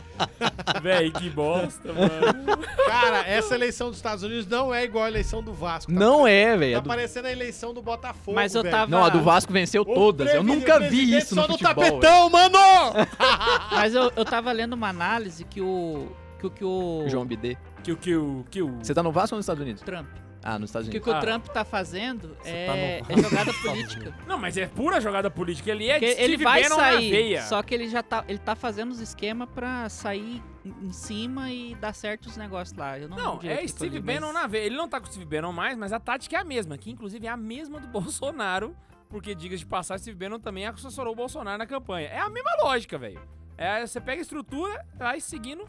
S1: Véi, que bosta, mano.
S5: Cara, essa eleição dos Estados Unidos não é igual a eleição do Vasco. Tá
S4: Não é, velho.
S5: Tá
S4: é do-
S5: parecendo a eleição do Botafogo.
S3: Mas eu
S5: velho.
S1: Tá
S3: tava-
S4: Não, a do Vasco venceu
S5: O
S4: todas. Eu
S5: previ-
S4: nunca
S5: o
S4: vi
S5: presidente
S4: isso
S5: só
S4: no futebol. velho.
S5: tapetão, mano!
S3: Mas eu, eu tava lendo uma análise que o. Que, o- que o.
S4: João Bidê.
S1: que o que o que o
S4: Você tá no Vasco ou nos Estados Unidos?
S3: Trump.
S4: Ah, nos Estados
S3: Que o
S4: Unidos.
S3: que o
S1: Ah.
S3: Trump tá fazendo
S2: Você tá
S3: é,
S2: no
S3: é
S2: vaso,
S3: jogada
S2: por favor.
S3: política.
S1: Não, mas é pura jogada política. Ele é
S3: Porque
S1: de Steve
S3: ele vai
S1: Bannon na
S3: sair,
S1: veia.
S3: só que ele já tá, ele tá fazendo os esquemas pra sair em em cima e dar certo os negócios lá. Eu não,
S1: Não,
S3: lembro
S1: é
S3: direito o que eu
S1: Steve
S3: li,
S1: Bannon
S3: mas-
S1: na veia. Ele não tá com o Steve Bannon mais, mas a tática é a mesma, que inclusive é a mesma do Bolsonaro, porque, diga de passar, Steve Bannon também assessorou o Bolsonaro na campanha. É a mesma lógica, velho. É, você pega a estrutura, vai seguindo.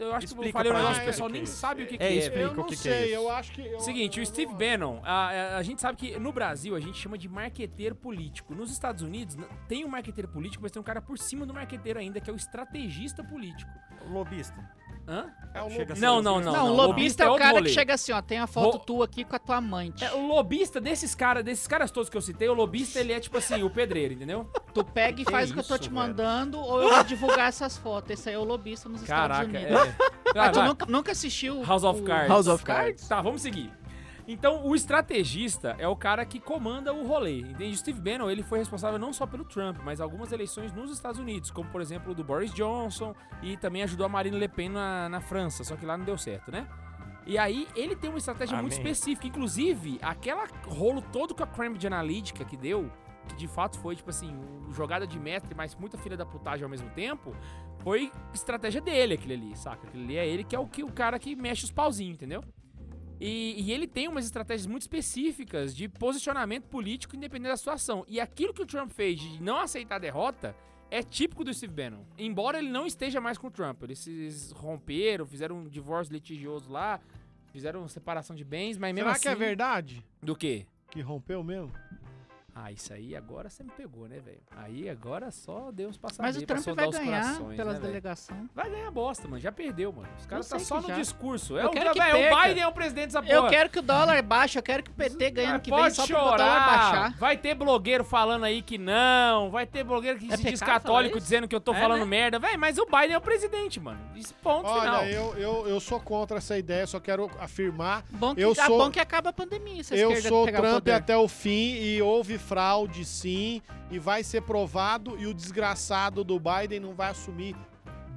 S1: Eu acho que eu
S2: Explica
S1: falei um
S2: pra
S1: negócio,
S5: gente
S1: o pessoal
S2: o que
S1: nem
S2: é isso.
S1: sabe o que,
S2: É,
S1: que é.
S2: explica.
S1: velho.
S5: Eu
S2: o
S5: não
S2: que que é
S5: sei,
S2: isso.
S5: eu acho que... eu-
S1: Seguinte,
S5: eu
S1: o
S5: não
S1: Steve
S5: acho.
S1: Bannon, a, a- a gente sabe que no Brasil a gente chama de marqueteiro político. Nos Estados Unidos n- tem um marqueteiro político, mas tem um cara por cima do marqueteiro ainda, que é o estrategista político.
S2: Lobista.
S1: Hã?
S5: É o
S2: Chega
S5: Lobão.
S2: assim,
S1: Não, não,
S3: Não,
S1: não.
S3: o
S1: não.
S3: lobista é o
S1: outro
S3: cara que
S1: rolê.
S3: chega assim, ó, tem a foto
S1: Ro-
S3: tua aqui com a tua amante.
S1: É, o lobista desses caras, desses caras todos que eu citei, o lobista ele é tipo assim, o pedreiro, entendeu?
S3: Tu pega e
S2: Que
S3: faz o que eu tô
S2: isso,
S3: te
S2: velho?
S3: mandando ou eu vou divulgar essas fotos. Esse aí é o lobista nos Estados
S1: Caraca, é.
S3: Unidos.
S1: Vai,
S3: Mas tu
S1: vai.
S3: nunca, nunca assistiu
S1: House of
S3: o-
S1: Cards.
S4: House of Cards.
S1: Tá, vamos seguir. Então, o estrategista é o cara que comanda o rolê. Entende? Steve Bannon, ele foi responsável não só pelo Trump, mas algumas eleições nos Estados Unidos, como por exemplo o do Boris Johnson e também ajudou a Marine Le Pen na, na França, só que lá não deu certo, né? E aí, ele tem uma estratégia muito
S2: Amém.
S1: específica. Inclusive, aquela rolo todo com a Cambridge Analytica que deu, que de fato foi, tipo assim, jogada de mestre, mas muita filha da putagem ao mesmo tempo, foi estratégia dele aquele ali, saca? Aquele ali é ele que é o, que, o cara que mexe os pauzinhos, entendeu? E, e ele tem umas estratégias muito específicas de posicionamento político independente da situação. E aquilo que o Trump fez de não aceitar a derrota é típico do Steve Bannon. Embora ele não esteja mais com o Trump. Eles se romperam, fizeram um divórcio litigioso lá, fizeram separação de bens, mas mesmo
S5: Será
S1: assim...
S5: que é verdade?
S1: Do quê?
S5: Que rompeu mesmo?
S1: Ah, isso aí agora você me pegou, né, velho? Aí agora só Deus passar
S3: Mas o Trump vai ganhar pelas
S1: né, velho?
S3: delegações.
S1: Vai ganhar bosta, mano. Já perdeu, mano. Os caras
S3: sei
S1: tá só
S3: que
S1: no
S3: já.
S1: discurso. É
S3: Eu
S1: o,
S3: quero que
S1: velho, o
S3: perca.
S1: Biden é o presidente dessa porra.
S3: Eu quero que o dólar baixe, eu quero que o PT ganhe ano
S1: Mas
S3: que vem
S1: pode
S3: só pra o dólar
S1: chorar.
S3: baixar.
S1: Vai ter blogueiro falando aí que não. Vai ter blogueiro que
S3: É
S1: se diz
S3: pecado falar
S1: católico
S3: isso?
S1: dizendo que eu tô
S3: É,
S1: falando
S3: né?
S1: merda. Véi, mas o Biden é o presidente, mano. Isso, ponto final.
S5: Olha, eu, eu, eu sou contra essa ideia, só quero afirmar.
S3: Bom que,
S5: Eu
S3: ah,
S5: sou-
S3: bom que acaba a pandemia, se a
S5: Eu
S3: esquerda
S5: sou
S3: pegar o
S5: Trump
S3: poder.
S5: até o fim e houve fraude sim, e vai ser provado, e o desgraçado do Biden não vai assumir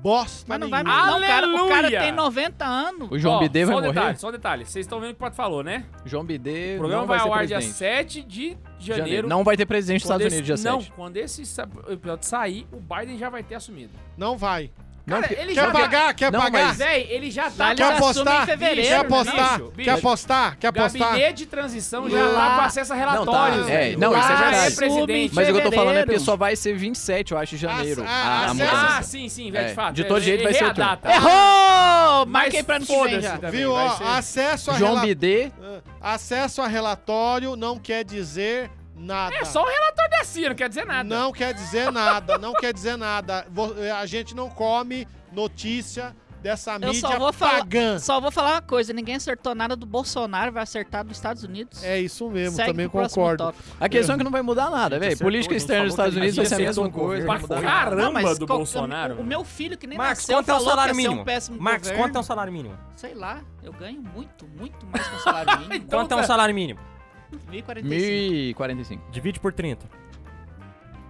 S5: bosta
S3: Mas não vai
S5: nenhuma.
S1: nenhum.
S3: não, cara, o cara
S1: Aleluia!
S3: tem 90 anos.
S4: O João
S1: Ó,
S4: Bidê vai
S1: só um
S4: morrer?
S1: detalhe, só um detalhe. Vocês estão vendo o que o Pato falou, né?
S4: João
S1: O
S4: Bidê não
S1: programa
S4: vai
S1: vai
S4: ser
S1: ao ar dia
S4: presidente.
S1: 7 de janeiro.
S4: Não vai ter presidente dos
S1: Quando
S4: Estados Unidos dia
S1: esse- não,
S4: 7.
S1: quando esse sa- episódio sair, o Biden já vai ter assumido.
S5: Não vai.
S4: Não,
S1: Cara,
S4: porque-
S1: ele
S5: Quer
S1: já
S5: pagar? Quer
S4: Não,
S5: pagar?
S4: mas-
S3: é
S1: Véi, ele já
S3: Lá
S1: tá
S3: ele
S5: Quer
S3: já assume
S5: apostar?
S3: em fevereiro.
S5: Quer
S1: Bicho,
S5: apostar?
S1: bicho, bicho.
S5: Quer apostar? Quer apostar?
S1: Gabinete de transição já
S3: Lá-
S1: tá com acesso a relatórios.
S4: Não, tá,
S1: velho.
S4: é, não, isso é
S1: Lá
S4: verdade.
S1: é presidente.
S4: Mas o que eu tô falando é
S3: fevereiro.
S4: porque só vai ser 27, eu acho, de janeiro.
S5: Ah,
S4: a,
S5: ah,
S4: a
S5: ah,
S4: mudança.
S1: Ah, sim, sim, velho,
S4: É,
S1: de fato.
S4: de todo
S1: Eu-
S4: jeito
S1: eu
S4: vai
S1: errei
S4: ser
S1: a
S4: o Trump.
S1: data.
S3: Errou!
S1: Mas
S3: Marquei pra ano que vem
S1: foda-se
S3: já.
S1: também,
S5: Viu?
S1: vai
S5: Ó,
S1: ser-
S5: acesso a
S4: João
S5: rela-
S4: Bidê,
S5: Ah, Acesso a relatório não quer dizer nada.
S1: É só um relator da CIA, não quer dizer nada.
S5: Não quer dizer nada, não quer dizer nada. Vo- eh, A gente não come notícia dessa
S3: Eu
S5: mídia
S3: só vou, falar,
S1: né?
S5: pagã.
S3: só vou falar uma coisa: ninguém acertou nada do Bolsonaro, vai acertar dos Estados Unidos.
S5: É isso mesmo,
S3: Segue
S5: também
S3: pro próximo
S5: concordo.
S3: tópico.
S4: a questão é que não vai mudar nada, velho.
S2: acertou,
S4: Política
S2: a gente
S4: externa dos
S2: falou
S4: Estados
S2: que
S4: Unidos
S2: a
S4: vai
S2: gente
S4: ser é a
S2: acertou
S4: mesma
S2: o
S4: coisa.
S1: um
S2: governo.
S4: não
S1: Pra
S4: vai mudar
S2: Mas
S4: nada.
S1: caramba
S3: Não, mas
S1: do
S3: qual-
S1: Bolsonaro.
S3: O meu filho, que nem
S2: Max,
S3: nasceu,
S2: quanto é o
S3: falou
S2: salário
S3: que ia ser
S2: mínimo?
S3: um péssimo
S2: Max,
S3: governo.
S2: quanto é o salário mínimo?
S3: Sei lá, eu ganho muito, muito mais com o salário mínimo.
S1: Então
S2: quanto é
S1: tá.
S2: um salário mínimo?
S3: 1045.
S4: 1045.
S2: Divide por 30.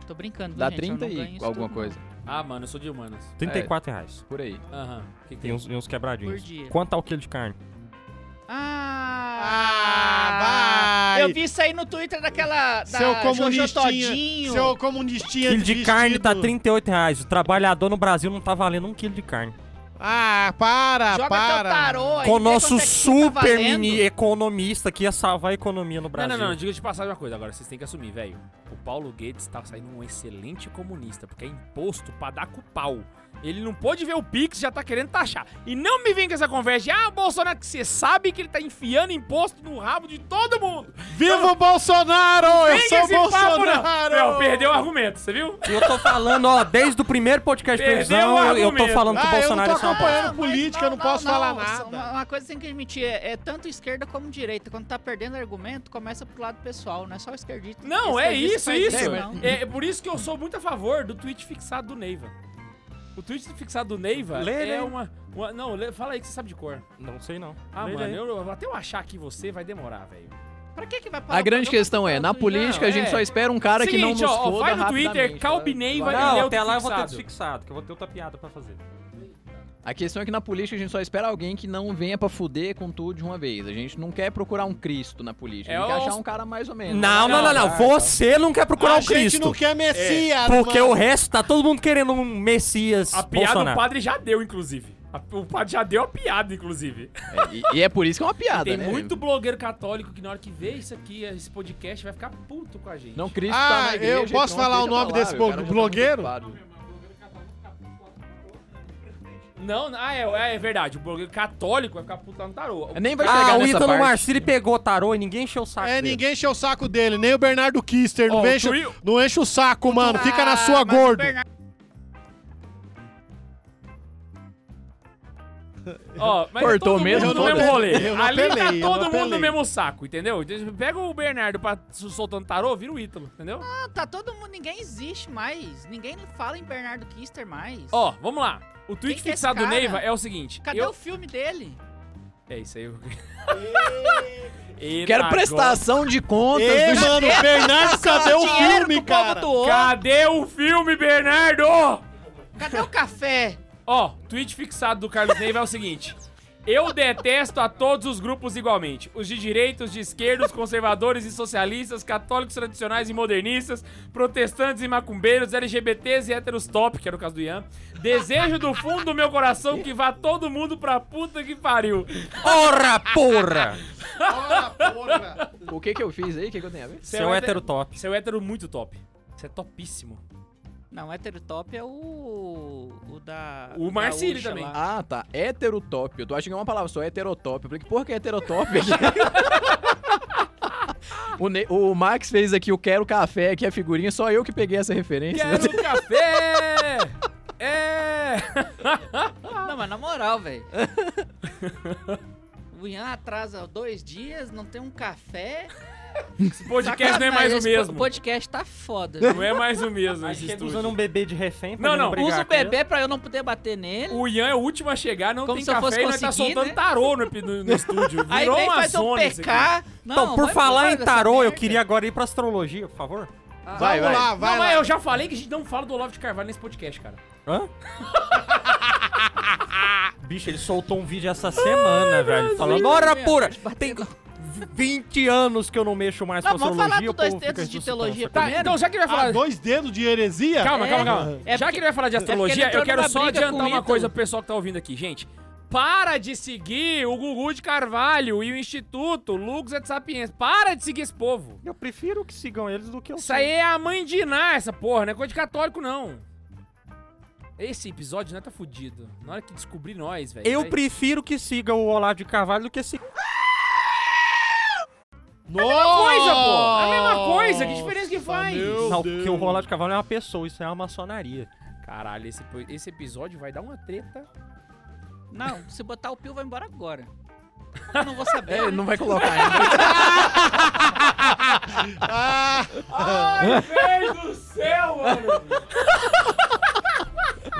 S3: Tô brincando, viu,
S4: Dá
S3: gente? Eu
S4: 30
S3: não ganho
S4: e
S3: isso
S4: alguma
S3: tudo,
S4: coisa.
S1: Ah, mano, eu sou de humanas.
S2: 34 reais.
S4: Por aí.
S1: Aham. O que é? que
S2: Tem
S1: tem?
S2: uns, tem uns quebradinhos.
S3: Por dia.
S2: Quanto tá o quilo de carne?
S3: não. Ah!
S5: Ah, Ai,
S3: Eu vi isso aí no Twitter daquela. Da
S5: seu
S3: Jojo
S5: comunistinha.
S3: Todinho.
S5: Seu comunistinha
S2: Quilo de carne tá
S5: desvestido.
S2: 38 reais. O trabalhador no Brasil não tá valendo um quilo de carne.
S5: Ah, para,
S3: Joga
S5: para.
S3: teu tarô aí.
S2: Com o
S3: vê
S2: nosso
S3: quanto é que tá
S2: super
S3: valendo.
S2: mini economista que ia salvar a economia no
S1: Não,
S2: Brasil.
S1: não, não, diga de passagem uma coisa agora, vocês têm que assumir, velho. O Paulo Guedes tá saindo um excelente comunista, porque é imposto pra dar com o pau. Ele não pôde ver o Pix, já tá querendo taxar. E não me vem com essa conversa de, ah, Bolsonaro, que você sabe que ele tá enfiando imposto no rabo de todo mundo.
S5: Viva o Bolsonaro! Eu
S1: Vem com
S5: sou
S1: esse papo, não.
S5: Bolsonaro!
S1: Não, perdeu o argumento, você viu?
S2: E tipo, eu tô falando, ó, desde o primeiro podcast de
S1: Perdeu
S2: previsão,
S1: o
S2: eu- eu tô
S1: argumento.
S2: falando que o
S5: Ah, eu não
S2: Bolsonaro
S5: tô
S2: é São Paulo.
S5: acompanhando
S3: Não, mas
S5: política, eu não, posso
S3: não,
S5: falar
S3: isso-
S5: nada.
S3: Uma, uma coisa que tem que admitir, é, é tanto esquerda como direita. Quando tá perdendo argumento, começa pro lado pessoal, não é só o esquerdista.
S1: Não, é isso,
S3: esquerdista
S1: é
S3: faz
S1: isso.
S3: não.
S1: É, é por isso que eu sou muito a favor do tweet fixado do Neiva. O tweet fixado do Neiva
S2: Lê,
S1: é
S2: lê.
S1: Uma, uma- Não, lê- fala aí que você sabe de cor.
S2: Não sei não.
S1: Ah,
S2: Lê,
S1: mano,
S2: lê.
S1: eu, eu- até eu achar que você vai demorar, velho.
S3: Pra que que vai parar
S4: A grande
S3: pra-
S4: questão é, na política a gente
S1: é.
S4: só espera um cara que não nos
S1: Seguinte, ó, ó,
S4: foda
S1: vai no Twitter,
S4: rapidamente,
S1: Calbinei
S4: tá?
S1: vai-
S4: Não.
S2: Não,
S1: lê o
S2: até lá eu vou ter
S1: fixado.
S2: desfixado, que eu vou ter outra piada pra fazer.
S4: A questão é que na política a gente só espera alguém que não venha pra fuder com tudo de uma vez. A gente não quer procurar um Cristo na política, a gente
S1: É
S4: quer
S1: o-
S4: achar um cara mais ou menos.
S2: Não, não, não, não. Você não quer procurar
S5: Ah, a
S2: o
S5: gente
S2: Cristo.
S5: não quer
S1: É,
S5: Messias,
S2: Porque
S5: mano.
S2: o resto tá todo mundo querendo um Messias.
S1: A piada
S2: Bolsonaro.
S1: o padre já deu, inclusive. A- o padre já deu a piada, inclusive.
S4: É, e, e é por isso que é uma piada,
S1: Tem
S4: né?
S1: muito blogueiro católico que na hora que vê isso aqui, esse podcast, vai ficar puto com a gente.
S4: Não, Cristo tá
S5: Ah,
S4: na igreja,
S5: eu
S4: então
S5: posso falar o
S4: deixa pra
S5: nome
S4: lá,
S5: desse
S4: o cara já tá muito
S5: blogueiro?
S4: ocupado.
S1: Não, ah, é, é verdade. O blogueiro católico vai ficar puto lá no tarô.
S4: Nem vai chegar
S2: Ah, o
S4: nessa
S2: Ítalo
S4: parte.
S2: Marcili pegou o tarô e ninguém encheu o saco.
S5: É,
S2: dele.
S5: ninguém enche o saco dele, nem o Bernardo Kister.
S1: Ó,
S5: Não,
S1: o
S5: enche,
S1: trio-
S5: não enche o saco, mano. Fica na
S3: Ah,
S5: sua,
S3: mas o
S5: gordo.
S3: Bernardo-
S1: Ó, mas é
S4: Cortou
S1: todo
S4: mesmo,
S1: mundo no mesmo
S5: foda-se.
S1: rolê.
S5: Eu não
S1: Ali tá
S5: apelei, eu não
S1: todo mundo no
S5: apelei.
S1: mesmo saco, entendeu? Então, Pega o Bernardo pra, soltando tarô, vira o Ítalo, entendeu?
S3: Ah, Tá todo mundo, ninguém existe mais. Ninguém fala em Bernardo Kister mais.
S1: Ó, vamos lá. O tweet
S3: Quem que é
S1: fixado
S3: esse
S1: do
S3: cara?
S1: Neiva é o seguinte.
S3: Cadê
S1: eu-
S3: o filme dele?
S1: É isso aí. tá eu-
S4: Quero
S1: Eita,
S4: prestação de contas
S5: Ei,
S4: do
S5: mano, o Bernardo, cadê o
S3: Dinheiro que
S5: filme,
S3: o
S5: cara?
S3: povo doou.
S1: agora. Cadê o filme, Bernardo?
S3: Cadê o café?
S1: Ó, tweet fixado do Carlos Neiva é o seguinte. Eu detesto a todos os grupos igualmente. Os de direita, os de esquerda, os conservadores e socialistas, católicos tradicionais e modernistas, protestantes e macumbeiros, LGBTs e héteros top, que era o caso do Ian. Desejo do fundo do meu coração que vá todo mundo pra puta que pariu.
S2: Ora, porra!
S4: O que que eu fiz aí? O que que eu tenho a ver?
S1: Você
S2: Seu
S1: um
S2: hétero top.
S1: Você é um hétero muito top. Você é topíssimo.
S3: Não, heterotop é o. O da.
S1: O
S3: da
S1: Marcílio
S3: Usha
S1: também.
S3: lá.
S4: Ah, tá. Heterotópio. Eu tô achando que é uma palavra só, heterotópio. Eu falei, que porra que é heterotópio? o, Ne- o Max fez aqui o Quero Café, que é figurinha, só eu que peguei essa referência.
S1: Quero um café! É!
S3: Não, mas na moral, velho. o Ian atrasa dois dias, não tem um café.
S1: Esse podcast não é
S3: Sacanagem,
S1: mais o
S3: esse
S1: mesmo.
S3: O podcast tá foda.
S1: Não é mais o mesmo.
S2: Aí
S1: esse
S2: chega
S1: estúdio.
S2: usando um bebê de refém pra
S1: Não,
S2: ele
S1: não,
S2: brigar
S3: Usa o
S2: com ele.
S3: bebê pra eu não poder bater nele.
S1: O Ian é o último a chegar, não
S3: Como
S1: tem
S3: se eu
S1: café
S3: fosse
S1: e nós tá
S3: conseguir,
S1: soltando
S3: né?
S1: tarô no, epi- no, no estúdio.
S3: Aí
S1: Virou
S3: vem
S1: uma
S3: fazer um
S1: zona assim. isso aqui.
S3: PK. Não,
S2: Então, por
S3: vai
S2: falar
S3: embora
S2: em
S3: dessa
S2: tarô, eu
S3: merda.
S2: queria agora ir pra astrologia, por favor.
S4: Vai,
S5: Vamos
S4: vai.
S5: lá,
S1: Não,
S5: vai
S1: mas
S5: lá.
S1: eu já falei que a gente não fala do Olavo de Carvalho nesse podcast, cara.
S2: Hã? Bicho, ele soltou um vídeo essa semana, velho. Falando, ora, porra! Tem 20 anos que eu não mexo mais
S3: Não,
S2: com
S3: vamos
S2: astrologia.
S3: falar do
S2: o povo
S3: dois
S2: fica
S3: dedos de
S2: ressuscitando
S3: teologia
S2: essa
S1: Tá,
S3: Primeiro-
S1: então já que ele vai falar.
S5: Ah, dois dedos de heresia?
S1: Calma, calma, calma. Já
S3: É
S1: que
S3: porque-
S1: ele vai falar de
S3: porque
S1: astrologia,
S3: ele entrou
S1: eu quero
S3: numa
S1: só
S3: briga com
S1: adiantar
S3: o
S1: uma
S3: Ítalo.
S1: coisa pro pessoal que tá ouvindo aqui, gente. Para de seguir o Gugu de Carvalho e o Instituto Lux et Sapiens. Para de seguir esse povo.
S2: Eu prefiro que sigam eles do que eu
S1: Isso aí é a mãe de Iná, essa porra, não é coisa de católico, não. Esse episódio não tá fudido. Na hora que descobrir nós, velho.
S2: Eu
S1: vai-
S2: prefiro que siga o Olavo de Carvalho do que siga.
S1: é coisa, pô. É a mesma coisa, que diferença que
S5: Nossa,
S1: faz?
S5: meu
S2: Não,
S5: Deus.
S2: porque o Olavo de Carvalho é uma pessoa, isso é uma maçonaria.
S1: Caralho, esse, po- esse episódio vai dar uma treta.
S3: Não, se botar o Pio, vai embora agora. Eu não vou saber.
S4: É,
S3: né?
S4: ele não vai colocar ainda.
S5: Ah,
S1: Meu Deus do céu, mano.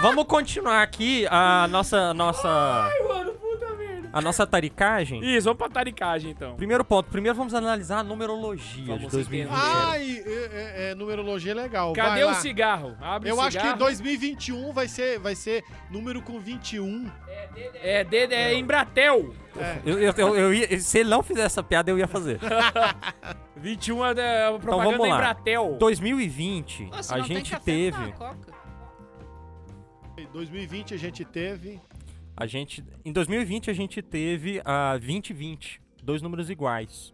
S2: Vamos continuar aqui a nossa nossa
S1: Mano, puta merda.
S2: A nossa taricagem.
S1: Isso, vamos pra taricagem então.
S2: Primeiro ponto, primeiro vamos analisar a numerologia
S1: Vamos
S2: de 2020.
S1: entender.
S5: Ai, é, é, é, numerologia é legal.
S1: Cadê
S5: vai
S1: o
S5: lá.
S1: cigarro? Abre
S5: Eu
S1: o
S5: acho
S1: cigarro.
S5: que 2021 vai ser, vai ser número com 21.
S1: É, DD é Embratel.
S2: Eu, eu, eu- eu ia- se ele não fizesse essa piada, eu ia fazer.
S1: 21 é da propaganda
S2: vamos lá.
S1: Embratel.
S2: 2020,
S3: Nossa,
S2: a
S3: não tem
S2: gente
S3: café,
S2: teve.
S3: tá, coca.
S5: Em 2020 a gente teve.
S2: A gente. Em 2020 a gente teve a 2020. Dois números iguais.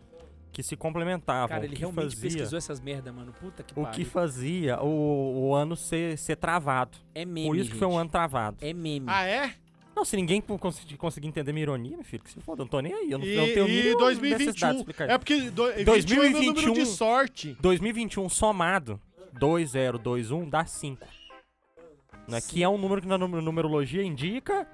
S2: Que se complementavam.
S1: Cara,
S2: o
S1: ele
S2: que
S1: realmente
S2: fazia,
S1: pesquisou essas merda, mano. Puta que
S2: O
S1: pariu.
S2: que fazia o, o ano ser, ser travado.
S1: É meme,
S2: Por isso que foi um
S1: gente.
S2: ano travado.
S1: É meme.
S5: Ah, é?
S2: Não, se ninguém co- conseguir, conseguir entender minha ironia, meu filho, que se foda, eu não tô nem aí. Eu não,
S5: E,
S2: eu não tenho
S5: e
S2: nenhuma
S1: um
S2: necessidade de
S5: 2021.
S2: explicar.
S5: É porque do, 2021 é meu número
S2: 2021.
S5: de sorte.
S2: 2021 somado, 2021 dá 5. Né? Que é um número que na num- numerologia indica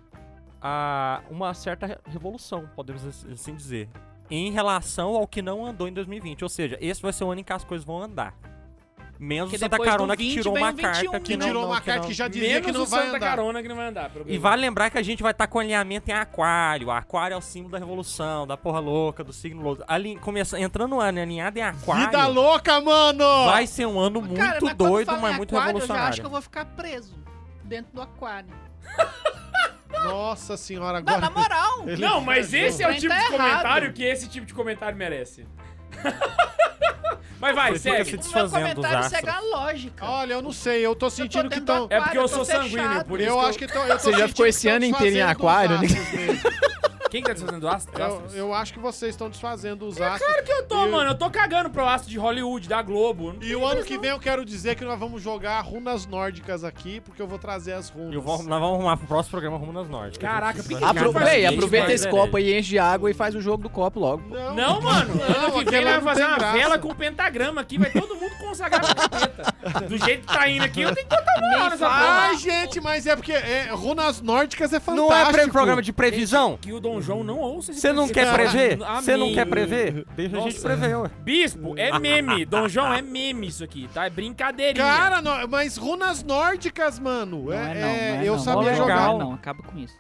S2: a uma certa re- revolução, podemos ass- assim dizer. Em relação ao que não andou em 2020. Ou seja, esse vai ser o ano em que as coisas vão andar. Menos
S3: Porque
S2: o Santa
S3: depois do
S2: Carona
S3: 20
S2: que tirou
S3: vem
S2: uma
S3: o 21,
S2: carta que
S5: Que
S2: não.
S5: tirou
S2: não,
S5: uma carta
S2: não.
S5: que já dizia
S1: Menos
S5: que não
S1: o
S5: vai
S1: Santa
S5: andar.
S1: Carona que não vai andar. pelo que
S2: E
S1: eu
S2: vale lembrar que a gente vai estar com alinhamento em aquário. Aquário é o símbolo da revolução, da porra louca, do signo louco. Ali, começa, entrando no ano alinhado em aquário,
S5: Vida louca, mano!
S2: vai ser um ano muito
S3: Cara, mas quando
S2: doido,
S3: fala em
S2: mas muito
S3: aquário, Eu já acho
S2: revolucionário.
S3: que eu vou ficar preso dentro do aquário.
S5: Nossa senhora,
S3: Não,
S5: agora.
S3: na moral.
S5: Ele
S1: Não, mas
S5: viajou.
S1: esse é o
S3: Mas
S1: tipo
S3: tá
S1: de comentário
S3: errado.
S1: que esse tipo de comentário merece. Mas vai,
S2: Foi porque
S1: segue.
S2: se-
S3: o meu
S2: desfazendo dos
S3: comentário
S2: astros.
S3: segue a lógica.
S5: Olha, eu não sei, eu tô sentindo
S3: dentro
S5: que estão.
S3: da-
S1: É porque eu
S3: eu tô
S1: sou sanguíneo,
S3: fechado.
S1: por isso
S5: Eu
S1: que
S5: acho que estão. Eu tô
S4: Você já
S5: sentindo
S4: ficou
S5: que
S4: esse
S5: tão
S4: ano inteiro em
S5: desfazendo os
S4: aquário, né?
S5: astros mesmo.
S1: Quem que tá desfazendo astros?
S5: Eu, eu acho que vocês estão desfazendo os astros.
S1: Claro que eu tô,
S5: Eu-
S1: mano. Eu tô cagando pro astro de Hollywood, da Globo. Eu não
S5: E o ano que vem eu quero dizer que nós vamos jogar runas nórdicas aqui, porque eu vou trazer as runas.
S2: Eu vou, nós vamos arrumar pro próximo programa Rumo nas Norte.
S1: Caraca, por que que
S4: Apro
S1: Apro- faz
S4: Ei,
S1: isso,
S4: aproveita
S1: mas
S2: é
S4: esse copo aí, enche de água e faz o jogo do copo logo. pô.
S5: Não,
S1: Não, mano. ano que vem
S5: aquela
S1: ele vai
S5: não
S1: fazer
S5: tem
S1: uma
S5: graça.
S1: vela com pentagrama aqui. Vai todo mundo consagrar a capeta. Do jeito que tá indo aqui, eu tenho que botar uma hora nessa
S5: Ai,
S1: porra.
S5: gente, mas é porque é, runas nórdicas é fantástico.
S2: Não é pre- programa de previsão?
S1: Que o Dom João não ouça esse
S2: Você não quer
S1: programa.
S2: prever?
S1: Amém.
S2: Você não quer prever? Deixa a gente
S1: Nossa.
S2: prever, ué.
S1: Bispo, é meme. Dom João, é meme isso aqui, tá? É brincadeirinha.
S5: Cara, nó- mas runas nórdicas, mano.
S7: Não
S5: é,
S7: é não,
S5: é-
S7: não é
S5: eu
S7: não.
S5: sabia
S7: Não é
S5: jogar.
S7: Não, acaba com isso.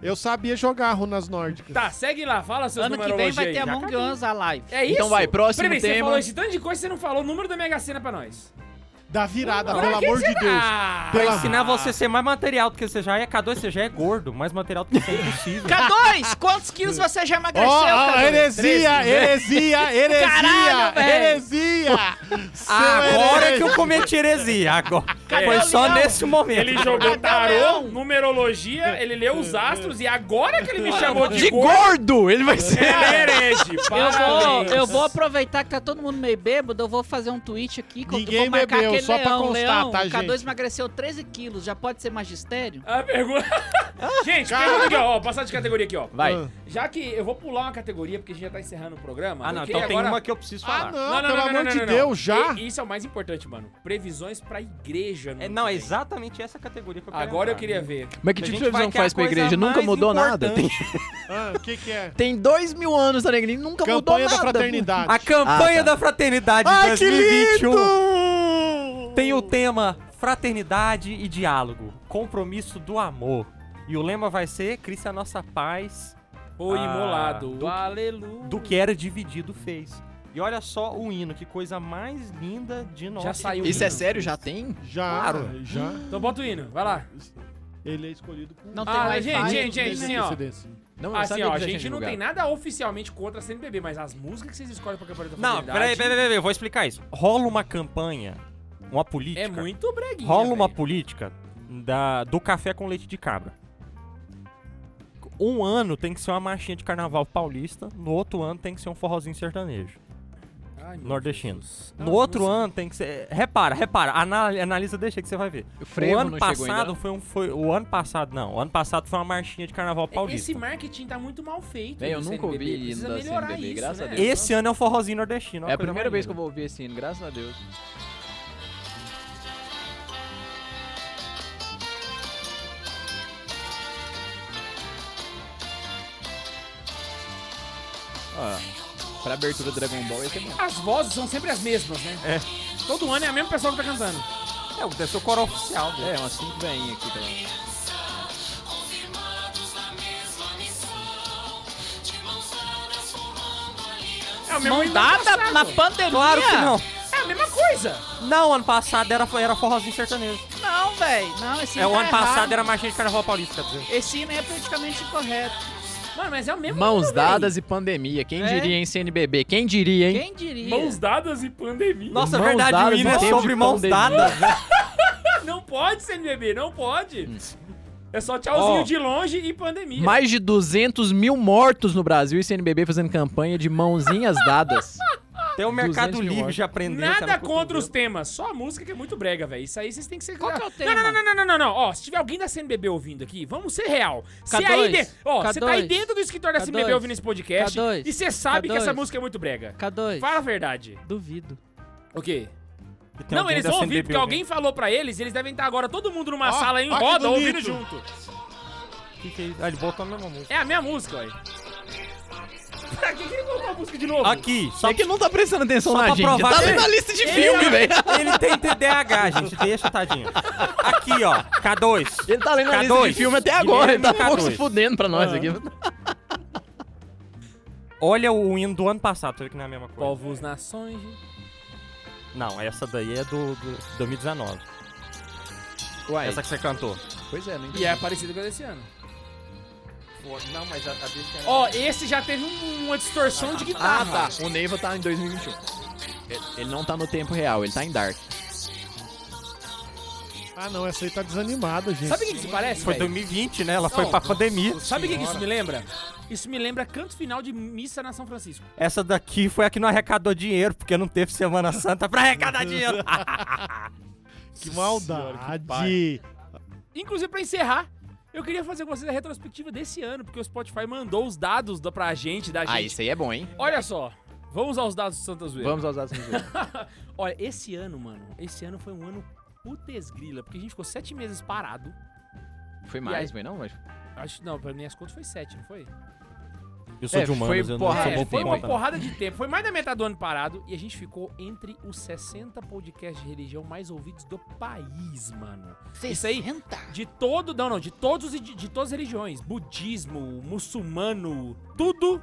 S5: Eu sabia jogar runas nórdicas.
S1: Tá, segue lá, fala seus
S3: ano que vem
S1: numerologia
S3: vai
S1: aí.
S3: ter
S1: Já
S3: Among Us a live.
S1: É isso?
S4: Então vai, próximo
S1: Peraí, você
S4: tema.
S1: falou esse tanto de coisa, você não falou o número da Mega Sena pra nós.
S5: Da virada,
S1: Pra
S5: pelo
S1: que
S5: amor
S1: você-
S5: de Deus.
S1: Ah,
S5: Pela-
S2: Pra ensinar você a ser mais material do que você já é. K2, você já é gordo. Mais material do que você é impossível.
S3: K2, Tá quantos quilos você já
S5: Ó,
S3: emagreceu,
S5: ó,
S3: K2?
S5: heresia, heresia, heresia,
S3: Caralho, velho.
S5: heresia. Seu
S2: Agora
S5: heresia.
S2: que eu cometi heresia. Agora.
S1: Cadê
S2: Foi
S1: o
S2: só
S3: leão?
S2: nesse momento.
S1: Ele
S5: Ah,
S1: jogou
S5: tá
S1: tarô,
S3: Leão.
S1: numerologia, ele leu os astros e agora que ele
S5: É.
S1: me chamou de,
S4: De
S1: gordo,
S4: gordo! Ele vai ser.
S1: ele é herege.
S7: Eu vou,
S1: Parabéns.
S7: eu vou aproveitar que tá todo mundo meio bêbado, eu vou fazer um tweet aqui. que eu
S5: Ninguém
S7: vou marcar
S5: bebeu,
S7: aquele
S5: só pra
S7: leão,
S5: constar,
S7: leão,
S5: tá,
S7: o K2
S5: gente?
S7: emagreceu 13 quilos, já pode ser magistério?
S1: A pergunta... Gente, pergunta aqui, ó, ó, passar de categoria aqui, ó. Ah.
S4: Vai.
S1: Já que eu vou pular uma categoria, porque a gente já tá encerrando o programa.
S2: Ah,
S1: eu
S2: não.
S1: queria
S2: Então tem
S1: agora-
S2: uma que eu preciso
S5: Ah,
S2: falar.
S5: não, pelo amor de Deus, já?
S1: E- isso é o mais importante, mano. Previsões pra igreja. no
S2: É,
S1: ano
S2: não,
S1: que
S2: é
S1: vem.
S2: exatamente essa categoria que eu quero
S1: Agora eu
S2: entrar.
S1: queria ver.
S4: Mas que
S2: A
S4: tipo de
S2: gente vai
S4: previsão
S2: ter a
S4: faz com a
S2: coisa
S4: igreja? Nunca
S2: mais
S4: mudou nada? Tem,
S2: importante.
S5: Ah, o que que é?
S4: tem dois mil anos, tá ligado? Nunca
S5: Campanha
S4: mudou
S5: da
S4: nada. pô.
S5: fraternidade.
S2: A campanha
S4: Ah, tá.
S2: da fraternidade de
S5: Ai, que
S2: 2021
S5: lindo!
S2: tem o tema Fraternidade e Diálogo, Compromisso do Amor. E o lema vai ser Cristo é a nossa paz,
S1: O
S2: Ah,
S1: imolado.
S2: do-
S1: Aleluia.
S2: do que era dividido fez. E olha só o hino, que coisa mais linda de nós.
S1: saiu
S4: Isso é sério? Já tem?
S5: Já,
S2: Claro.
S5: já.
S1: Então bota o hino, vai lá.
S5: Ele é escolhido por... né,
S7: Não tem
S1: Ah,
S7: Wi-Fi.
S1: gente, gente, gente, assim, ó.
S4: Não, eu
S1: Assim,
S4: sabia
S1: ó,
S4: que
S1: a
S4: já tinha
S1: gente não
S4: divulgado.
S1: tem nada oficialmente contra a CNBB, mas as músicas que vocês escolhem pra campanha da
S2: Não,
S1: fidelidade
S2: peraí, peraí, peraí, peraí, eu vou explicar isso. Rola uma campanha, uma política.
S1: É muito breguinha.
S2: Rola uma
S1: velho.
S2: política da, do café com leite de cabra. Um ano tem que ser uma marchinha de carnaval paulista, no outro ano tem que ser um forrozinho sertanejo,
S1: Ai, meu
S2: nordestino.
S1: Deus.
S2: No
S1: Não,
S2: outro
S1: não sei.
S2: ano tem que ser. Repara, repara, anal- analisa, deixa que você vai ver.
S4: O frevo
S2: o ano
S4: não chegou
S2: passado
S4: ainda.
S2: foi um. Foi, o ano passado, não. O ano passado foi uma marchinha de
S1: É,
S2: carnaval
S1: Esse
S2: paulista.
S1: marketing tá muito mal feito.
S4: Bem, eu
S1: do
S4: nunca ouvi
S1: CNBB,
S4: hino
S1: precisa
S4: da
S1: melhorar
S4: CNBB,
S1: isso,
S4: graças
S1: né?
S4: a
S2: Esse,
S4: Deus.
S2: ano é um forrozinho nordestino.
S4: É a primeira vez que eu vou ouvir esse hino, graças a Deus. Ó, pra abertura do Dragon Ball esse é bom.
S1: As vozes são sempre as mesmas, né?
S2: É.
S1: Todo ano é a mesma pessoa que tá cantando.
S2: vou. É, deve ser o coral oficial dele.
S4: É, umas cinco veinhas aqui, pelo menos.
S1: É o mesmo
S7: Mandada
S1: ano
S7: na
S1: passado.
S7: pandemia?
S2: Claro que não.
S1: É a mesma coisa.
S2: Não, ano passado era, era forrozinho sertanejo.
S7: Não, velho. Não, esse
S2: É, o
S7: tá
S2: ano passado
S7: errado.
S2: era marchinha de carnaval paulista, quer dizer.
S7: Esse hino é politicamente incorreto.
S1: Mano, mas é o mesmo
S4: Mãos
S1: ano,
S4: dadas e pandemia. Quem
S7: É?
S4: diria, hein, CNBB? Quem diria, hein?
S7: Quem diria?
S1: velho. Mãos dadas e pandemia.
S2: Nossa,
S4: Mãos
S2: verdade,
S4: dadas,
S2: o hino é
S4: tempo de
S2: sobre mãos
S4: pandemia.
S2: dadas.
S1: Não pode, CNBB, não pode.
S4: Hum.
S1: É só tchauzinho
S2: Ó.
S1: de longe e pandemia.
S4: Mais de 200 mil mortos no Brasil e CNBB fazendo campanha de mãozinhas dadas.
S2: Tem o Mercado
S4: 200 mil
S2: Livre
S4: watts.
S2: já aprendeu. tá
S1: Nada contra os temas, só a música que é muito brega, velho. Isso aí vocês têm que ser.
S7: Qual que é o
S1: Não,
S7: tema?
S1: não, não, não, não, não, não. Ó, se tiver alguém da CNBB ouvindo aqui, vamos ser real. Se
S7: K2,
S1: aí de- Ó, você tá aí
S7: K2,
S1: dentro do escritório da CNBB
S7: K2,
S1: ouvindo esse podcast
S7: K2,
S1: e você sabe que
S7: K2.
S1: essa música é muito brega.
S7: K2.
S1: Fala a verdade.
S7: Duvido.
S1: O quê? não, eles vão ouvir, porque alguém falou pra eles, eles devem estar agora todo mundo numa
S5: Ó,
S1: sala em
S5: toque
S1: roda
S5: do
S1: ouvindo
S5: mito.
S1: junto.
S2: Ah, ele botou a mesma música.
S1: É a minha música, olha. pra que que ele colocou a música de novo?
S2: Aqui, só
S4: É que não tá prestando atenção
S2: Só
S4: na
S2: pra
S4: gente.
S2: provar
S4: Tá
S2: que-
S4: lendo a lista de filme, velho.
S2: Ele tem TDAH, gente. Deixa, tadinho. Aqui, ó. K2.
S4: Ele tá lendo a lista
S2: K2.
S4: de filme até agora. Ele tá
S2: Guilherme
S4: pouco
S2: K2.
S4: se fudendo pra nós aqui.
S1: É.
S2: Olha o hino do ano passado, você vê que não é a mesma coisa.
S1: Povos, nações.
S2: Não, essa daí é do, do 2019.
S4: Uai,
S2: Essa que você cantou.
S4: pois é, não entendi.
S1: E é parecido com a desse ano. Ó, esse já teve um- uma distorção de
S4: Ah,
S1: guitarra.
S4: tá. O Neiva tá em 2021. Ele- Ele não tá no tempo real, ele tá em Dark.
S5: Ah, não, essa aí tá desanimada, gente.
S1: Sabe o que que isso parece,
S2: Foi
S1: velho?
S2: 2020, né? Ela foi
S1: Não.
S2: pra pandemia.
S1: Sabe o que, que isso me lembra? Isso me lembra canto final de missa na São Francisco.
S2: Essa daqui foi a que não arrecadou dinheiro, porque não teve Semana Santa pra arrecadar dinheiro.
S5: Que maldade.
S1: Inclusive, pra encerrar, eu queria fazer com vocês a retrospectiva desse ano, porque o Spotify mandou os dados da, pra gente, da
S4: Ah,
S1: gente.
S4: isso aí é bom, hein?
S1: Olha só, vamos aos dados do Santa Zoeira.
S4: Vamos aos dados do jogo.
S1: Olha, esse ano, mano, esse ano foi um ano putesgrila, porque a gente ficou sete meses parado.
S4: Foi
S1: E aí?
S4: mais, foi não? Mas...
S1: Acho, não, pra minhas contas foi sete, não foi?
S2: Eu sou
S4: É,
S2: de humanos,
S4: foi
S2: eu não
S4: porra-
S2: sou
S1: é,
S2: bom
S1: foi
S2: por
S1: uma
S2: conta.
S4: então.
S2: não.
S1: porrada de tempo. Foi mais da metade do ano parado e a gente ficou entre os 60 podcasts de religião mais ouvidos do país, mano. Isso aí-
S7: 60?
S1: De todo, não, não, de todos os idi- de todas as religiões, budismo, muçulmano, tudo.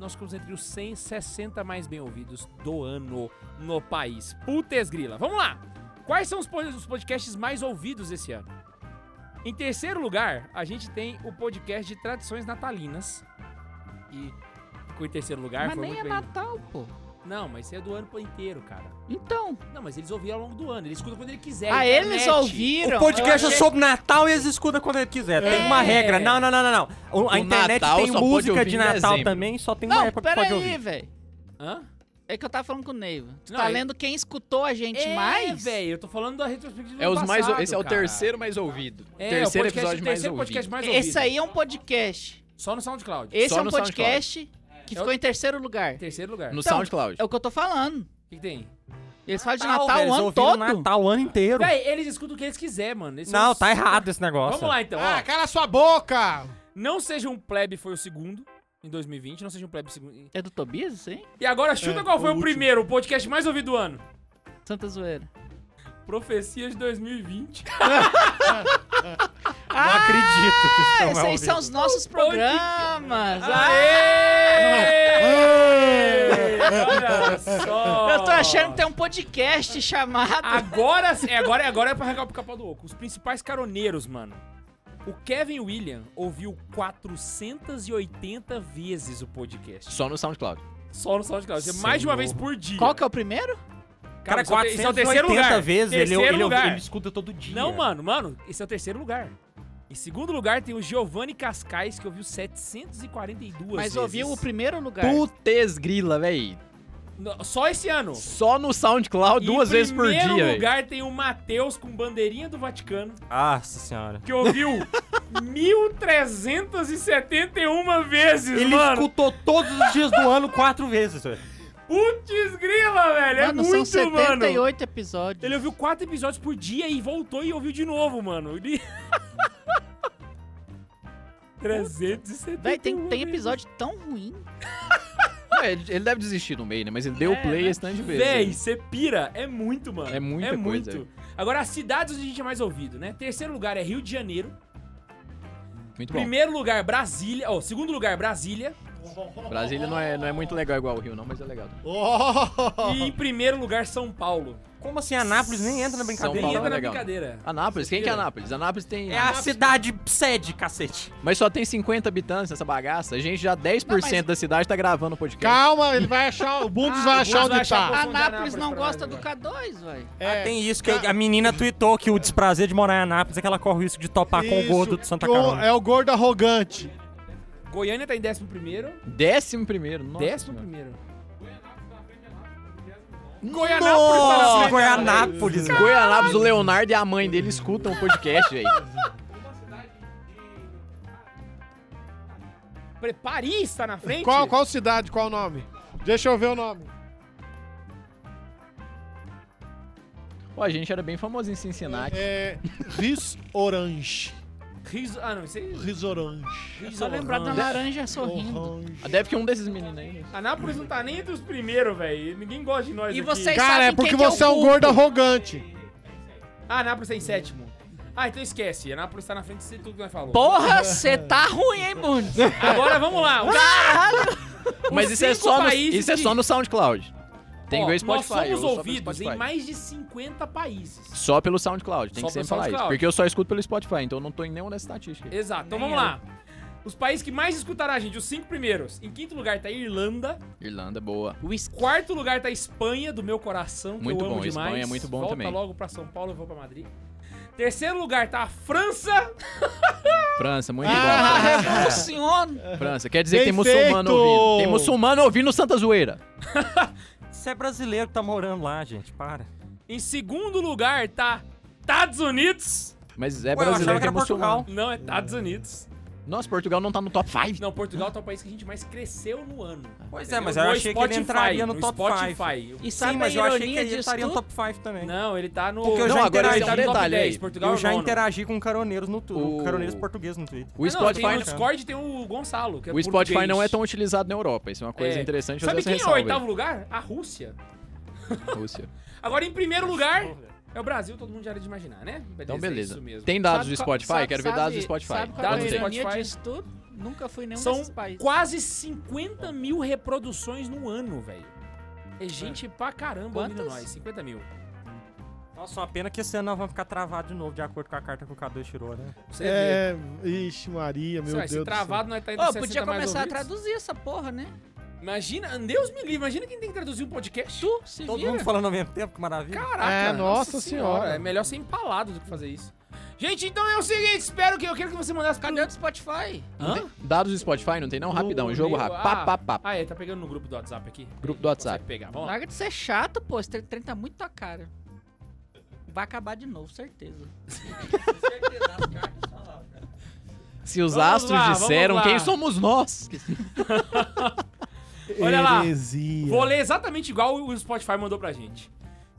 S1: Nós ficamos entre os 160 mais bem ouvidos do ano no país. Putz grila. Vamos lá. Quais são os po- os podcasts mais ouvidos esse ano? Em terceiro lugar, a gente tem o podcast de tradições natalinas. E ficou em terceiro lugar.
S7: Mas
S1: Ah, foi
S7: nem é
S1: muito bem-
S7: Natal, pô.
S1: Não, mas isso é do ano inteiro, cara.
S7: Então.
S1: Não, mas eles ouviram ao longo do ano. Eles escutam quando ele quiser.
S7: ah,
S1: É internet.
S7: eles ouviram.
S2: O podcast
S7: Eu
S2: é
S7: achei-
S2: sobre Natal e eles escutam quando ele quiser. Tem
S1: É.
S2: uma regra. Não, não, não, não. não. O- A
S4: O
S2: internet
S4: Natal
S2: tem
S4: só pode
S2: música
S4: ouvir
S2: de
S4: em
S2: Natal
S4: dezembro.
S2: também, só tem uma
S7: Não,
S2: época que pode
S7: peraí,
S2: ouvir.
S7: velho.
S1: Hã?
S7: É que eu tava falando com o Neiva. Tu
S1: Não,
S7: tá
S1: é-
S7: lendo quem escutou a gente
S1: é,
S7: mais?
S1: velho, eu tô falando da retrospectiva
S4: É
S1: do
S4: os mais.
S1: passado,
S4: Esse é o
S1: cara.
S4: terceiro mais ouvido.
S1: É,
S4: terceiro
S1: o podcast,
S4: episódio
S1: o
S4: mais
S1: terceiro
S4: ouvido.
S1: podcast mais ouvido.
S7: Esse aí é um podcast.
S1: Só no SoundCloud.
S7: Esse
S4: Só
S7: é um
S4: no
S7: podcast que
S1: É
S7: ficou
S1: o-
S7: em terceiro lugar.
S1: Em terceiro lugar.
S4: No
S1: O
S7: Então,
S4: SoundCloud.
S7: É o que eu tô falando.
S1: que, que tem?
S7: Eles
S1: Ah,
S7: falam
S1: tá,
S7: de
S2: Natal,
S7: Natal
S2: velho,
S7: o
S2: eles
S7: ano
S2: ouviram
S7: todo.
S2: Natal o ano inteiro.
S1: Véi, eles escutam o que eles quiserem, mano. Esse é
S2: não,
S1: os-
S2: tá errado esse negócio.
S1: Vamos lá então, ó.
S5: Ah, cala sua boca!
S1: Não Seja um Plebe foi o segundo em 2020. Não Seja um Plebe segundo.
S7: É do Tobias, sim?
S1: E
S4: É,
S1: agora chuta qual foi o, primeiro, o podcast mais ouvido do ano.
S7: Santa Zoeira.
S1: Profecia de 2020.
S2: Não acredito que isso
S7: Ah,
S2: não é
S7: esses aí
S2: ouvido.
S7: são os nossos programas.
S1: Aê! Olha
S7: Ah,
S1: só!
S7: eu tô achando que tem um podcast chamado.
S1: Agora, é, agora, agora é pra arrancar o pica-pau do oco. Os principais caroneiros, mano. O Kevin William ouviu 480 vezes o podcast.
S4: Só no SoundCloud.
S1: Só no SoundCloud. Isso é Mais de uma vez
S2: Senhor.
S1: por dia.
S7: Qual que é o primeiro?
S2: Cara,
S1: isso é o te- isso é o
S2: 480
S1: terceiro lugar.
S2: vezes ele,
S1: terceiro
S2: ele, ele,
S1: lugar.
S2: ele escuta todo dia.
S1: Não, mano, mano, esse é o terceiro lugar. Em segundo lugar tem o Giovanni Cascais, que ouviu 742
S7: Mas
S1: vezes.
S7: ouviu o primeiro
S1: É.
S7: lugar.
S4: Putz grila, véi.
S1: No- Só esse ano.
S4: Só no SoundCloud duas vezes por
S1: Em
S4: dia,
S1: primeiro
S4: véi.
S1: lugar tem o Matheus com bandeirinha do Vaticano.
S2: Nossa senhora.
S1: que ouviu 1371 vezes,
S2: Ele
S1: mano.
S2: escutou todos os dias do ano quatro vezes, velho.
S1: Putz grila, velho. é
S7: mano,
S1: muito,
S7: são
S1: mano.
S7: 78 episódios.
S1: Ele é ouviu quatro episódios por dia e voltou e ouviu de novo, mano. Ele... 371.
S7: Véi, tem, tem
S1: vezes.
S7: episódio tão ruim.
S4: Ué, Ele ele deve desistir no meio, né? Mas ele deu
S1: É,
S4: play
S1: né?
S4: esse tanto de vezes.
S1: Véi,
S4: né?
S1: você pira. É muito, mano.
S4: É muita
S1: é
S4: coisa,
S1: muito. Agora, as cidades onde a gente é mais ouvido, né? Terceiro lugar é Rio de Janeiro.
S4: Muito bom.
S1: Primeiro lugar, Brasília. Ó, segundo lugar, Brasília.
S4: Brasília não é, não é muito legal igual o Rio, não, mas é legal.
S1: E em primeiro lugar, São Paulo.
S2: Como assim? Anápolis nem entra na brincadeira.
S1: Nem
S4: Paulo
S1: entra
S4: é
S1: na
S4: legal.
S1: brincadeira.
S4: Anápolis, quem que é Anápolis? Anápolis tem.
S2: É a cidade sede, cacete.
S4: Mas só tem 50 habitantes nessa bagaça. A gente já 10% da cidade tá gravando podcast.
S5: Calma, ele vai achar. O Bundes vai
S1: Ah, o
S5: achar
S1: Bundes vai
S5: onde
S1: achar
S5: tá.
S1: Vou fundar
S7: Anápolis não
S1: Anápolis
S7: gosta
S1: pra nós né?
S7: do K2, velho.
S5: É,
S2: Ah, Tem isso que a menina tweetou que o desprazer de morar em Anápolis é que ela corre o risco de topar com o
S5: isso,
S2: gordo de Santa
S5: que o-
S2: Carona.
S5: É o gordo arrogante.
S1: Goiânia tá em décimo primeiro.
S4: Décimo primeiro. Nossa,
S1: décimo
S4: senhora.
S1: primeiro.
S2: Nossa,
S1: Goianápolis tá na frente.
S5: é
S2: Goianápolis, mano.
S4: Goianápolis, o Leonardo e a mãe dele escutam o podcast, velho.
S1: Pre- Paris tá na frente.
S5: Qual, qual cidade? Qual nome? Deixa eu ver o nome.
S4: Pô, a gente era bem famoso em Cincinnati.
S5: É. Riz Orange.
S1: Riso- Ah, não, isso aí.
S5: Riz Orange.
S1: Riso
S7: Só lembrar da
S1: Orange.
S7: laranja sorrindo.
S5: Orange.
S4: Deve que um desses meninos aí. né?
S1: Anápolis não tá nem entre os primeiros, velho. Ninguém gosta de nós
S7: E
S1: aqui.
S7: vocês
S5: Cara,
S7: sabem
S5: é porque
S7: quem que
S5: você é
S7: o
S5: um
S7: Vulto.
S5: gordo arrogante.
S1: Ah, Anápolis tá em sétimo. Ah, então esquece. Anápolis tá na frente de tudo que nós falamos.
S7: Porra, você tá ruim, hein, Bruno?
S1: Agora vamos lá. O
S4: Mas isso é,
S1: cinco
S4: só no,
S1: países
S4: isso é
S1: que-
S4: só no SoundCloud. Tem que
S1: Ó,
S4: ver o Spotify.
S1: Nós
S4: eu
S1: somos
S4: sou pelo
S1: ouvidos em
S4: Spotify.
S1: mais de 50 países.
S4: Só pelo SoundCloud, tem
S1: Só
S4: que
S1: pelo
S4: sempre falar isso.
S1: SoundCloud.
S4: Porque eu só escuto pelo Spotify, então eu não tô em nenhuma dessas estatísticas. aí.
S1: Exato. Então vamos lá. Os países que mais escutaram a gente, os cinco primeiros. Em quinto lugar tá a Irlanda.
S4: Irlanda, boa.
S7: Whisky.
S1: Quarto lugar tá a Espanha, do meu coração, que
S4: Muito
S1: eu amo
S4: bom,
S1: demais.
S4: Espanha é muito bom
S1: Volta
S4: também.
S1: logo pra São Paulo, eu vou pra Madrid. Terceiro lugar tá a França.
S4: França, muito
S7: é
S5: Ah,
S7: Revoluciona.
S4: bom. França, quer dizer que
S5: Bem
S4: tem muçulmano
S5: feito!
S4: ouvindo. Tem muçulmano ouvindo Santa Zoeira.
S2: Você é brasileiro que tá morando lá, gente. Para.
S1: Em segundo lugar tá Estados Unidos.
S4: Mas é
S2: Ué, eu achava
S4: brasileiro
S2: que
S4: que é
S2: era
S4: muçulmano.
S2: Portugal.
S1: Não, é Estados Unidos.
S4: Nossa, Portugal não tá no top 5.
S1: Não, Portugal tá o país que a gente mais cresceu no ano.
S2: Pois
S1: Entendeu?
S2: é, mas eu
S1: No
S2: achei que ele
S1: Spotify,
S2: entraria no top
S1: Spotify.
S2: 5.
S1: Eu-
S7: E sabe
S2: Sim,
S7: a
S2: mas eu
S7: ironia
S2: achei que ele
S7: disso
S2: estaria no
S7: tudo?
S2: top 5 também.
S1: Não, ele tá no.
S2: Porque eu
S4: Não,
S2: já
S4: agora
S2: interagi.
S4: esse é
S1: no
S4: um
S1: top
S4: detalhe
S1: 10,
S4: aí.
S1: Portugal
S2: Eu
S1: é o
S2: já
S1: nono.
S2: interagi com caroneiros no Twitter.
S4: O-
S2: Caroneiros portugueses no Twitter.
S4: O
S1: Ah, não, tem
S4: Spotify,
S1: no Discord tem o Gonçalo, que é
S4: o Spotify
S1: português.
S4: não é tão utilizado na Europa. Isso é uma coisa
S1: É.
S4: interessante fazer
S1: Sabe
S4: essa
S1: quem é o
S4: ressalva. aí.
S1: oitavo lugar? A Rússia.
S4: Rússia.
S1: Agora, em primeiro lugar, é o Brasil, todo mundo já era de imaginar, né? Beleza,
S4: Então,
S1: É
S4: beleza.
S1: isso mesmo.
S4: Tem dados
S7: Sabe
S4: do
S7: qual-
S4: Spotify?
S7: sabe-
S4: Quero ver
S7: sabe-
S4: dados do Spotify.
S7: Sabe qual é
S1: Dados
S7: a
S1: do
S4: Não sei.
S7: ironia
S1: Spotify.
S7: disso tudo? Nunca fui em nenhum
S1: São
S7: desses países.
S1: quase 50 mil reproduções no ano, velho. É gente pra caramba ouvindo
S7: Quantas?
S1: nós, 50 mil.
S2: Nossa, uma pena que esse ano nós vamos ficar travado de novo, de acordo com a carta que o K2 tirou, né?
S1: Você vê.
S5: É. Ixi, Maria, meu
S1: Você vai,
S5: Deus.
S1: se
S5: do céu.
S1: travado, nós tá entre
S7: Ô,
S1: 60
S7: podia
S1: mais
S7: começar a
S1: ouvidos.
S7: traduzir essa porra, né?
S1: Imagina, Deus me livre, imagina quem tem que traduzir um podcast.
S7: Tu, se
S2: Todo
S7: vira.
S2: mundo falando ao mesmo tempo, que maravilha.
S1: Caraca,
S5: É, nossa senhora.
S1: É melhor ser empalado do que fazer isso. Gente, então é o seguinte, espero que eu quero que você mandasse
S7: Cadê o do Spotify?
S1: Hã?
S4: Dados do Spotify não tem não? Rapidão,
S1: No
S4: jogo
S1: meu-
S4: rápido. Pá,
S1: ah,
S4: pá, pá. Tá.
S1: Ah, é, tá pegando no grupo do WhatsApp aqui.
S4: Grupo do WhatsApp.
S1: Consegue pegar, vamos lá.
S7: Larga de ser chato, pô. Esse trem tá muito tua cara. Vai acabar de novo, certeza.
S4: Se os
S1: Vamos
S4: astros
S1: lá, vamos
S4: disseram,
S1: lá.
S4: quem somos nós?
S7: Tá.
S1: Olha lá.
S5: Heresia.
S1: Vou ler exatamente igual o Spotify mandou pra gente.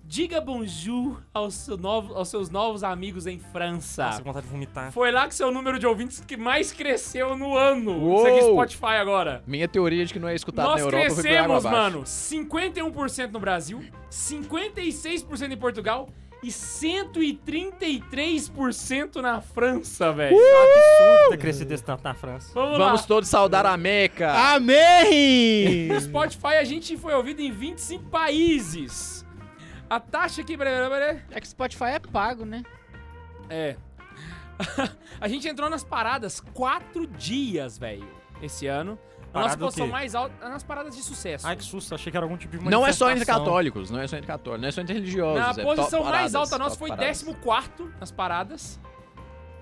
S1: Diga bonjour aos, seu novo- aos seus novos amigos em França.
S2: Nossa, com vontade de vomitar.
S1: Foi lá que seu número de ouvintes que mais cresceu no ano.
S4: Uou!
S1: Isso aqui é Spotify agora.
S4: Minha teoria de que não é escutado
S1: Nós
S4: na Europa foi por água
S1: crescemos,
S4: abaixo.
S1: mano. 51% no Brasil, 56% em Portugal e 133% na França, velho.
S2: Absurdo ter crescido esse tanto na França.
S1: Vamos,
S4: Vamos
S1: lá.
S4: todos saudar a
S5: Ah,
S4: Meca.
S5: Amém!
S1: Spotify, a gente foi ouvido em 25 países. A taxa aqui... pera- pera-
S7: É que Spotify é pago, né?
S1: pera- É. a gente entrou nas paradas quatro dias, velho, esse ano. A
S2: Parada
S1: nossa
S2: do
S1: posição
S2: quê?
S1: mais alta... Nas paradas de sucesso.
S2: Ai, que susto, achei que era algum tipo de
S4: Não é só entre
S2: manifestação.
S4: católicos, não é só entre católicos, não é só entre religiosos.
S1: Na
S4: é top
S1: posição mais
S4: paradas,
S1: alta nossa
S4: top
S1: foi
S4: paradas.
S1: 14 nas paradas.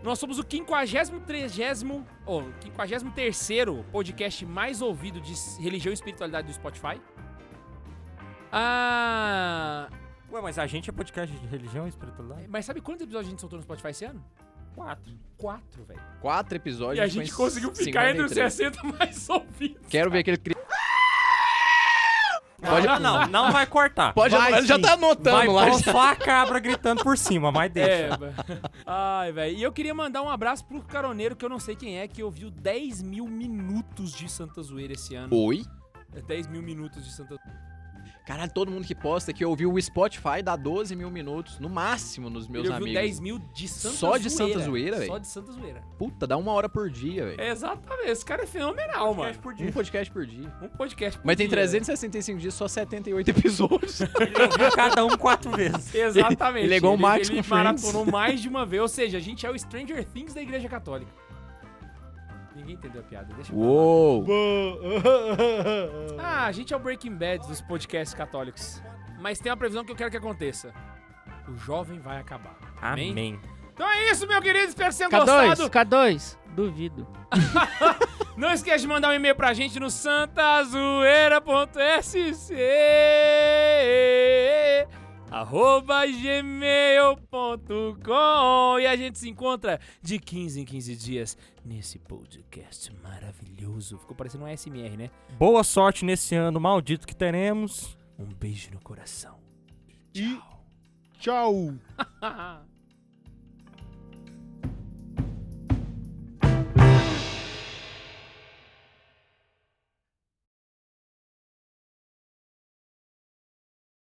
S1: Nós somos o 53 ou 53 podcast mais ouvido de s- religião e espiritualidade do Spotify. Ah,
S2: Ué, mas a gente é podcast de religião e espiritualidade?
S1: mas sabe quantos episódios a gente soltou no Spotify esse ano?
S2: Quatro.
S1: Quatro, velho.
S4: Quatro episódios.
S1: E a gente
S4: foi em
S1: conseguiu ficar entre os
S4: 53.
S1: 60 mais ouvidos.
S4: Quero ver aquele. cri-
S2: Não, não, não, não vai cortar.
S4: Pode
S5: Vai
S4: ele já
S5: sim.
S4: tá
S2: Vai
S4: anotando lá.
S2: pôr
S4: já.
S2: só a cabra gritando por cima, mas
S1: É,
S2: deixa.
S1: velho. Ai, velho. E eu queria mandar um abraço pro caroneiro que eu não sei quem é, que ouviu 10 mil minutos de Santa Zoeira esse ano.
S4: Oi?
S1: 10 mil minutos de Santa
S4: Caralho, todo mundo que posta que ouviu o Spotify dá 12 mil minutos, no máximo, nos meus
S1: Ele ouviu
S4: amigos.
S1: 10 mil de Santa
S4: Só de
S1: Zoeira.
S4: Santa Zoeira, velho?
S1: Só de Santa Zoeira.
S4: Puta, dá uma hora por dia, velho.
S1: Exatamente, esse cara é fenomenal, mano.
S2: Por dia.
S4: Um podcast por dia.
S1: Um podcast por
S4: Mas tem
S1: dia.
S4: 365 dias, só 78 episódios.
S2: Ele ouviu cada um quatro vezes.
S1: Exatamente.
S4: Ele é igual o Marcos
S1: Ele
S4: com
S1: maratonou mais de uma vez. Ou seja, a gente é o Stranger Things da Igreja Católica. Ninguém entendeu a piada, deixa eu
S4: Uou!
S1: Ah, a gente é o Breaking Bad dos podcasts católicos. Mas tem uma previsão que eu quero que aconteça. O jovem vai acabar. Amém?
S2: Amém.
S1: Então é isso, meu querido. Espero que tenham
S3: K2,
S1: gostado.
S3: K2, duvido.
S1: Não esquece de mandar um e-mail pra gente no santazoeira.sc arroba gmail.com e a gente se encontra de 15 em 15 dias nesse podcast maravilhoso. Ficou parecendo um ASMR, né?
S2: Boa sorte nesse ano maldito que teremos.
S1: Um beijo no coração.
S5: E
S1: Tchau.
S5: tchau.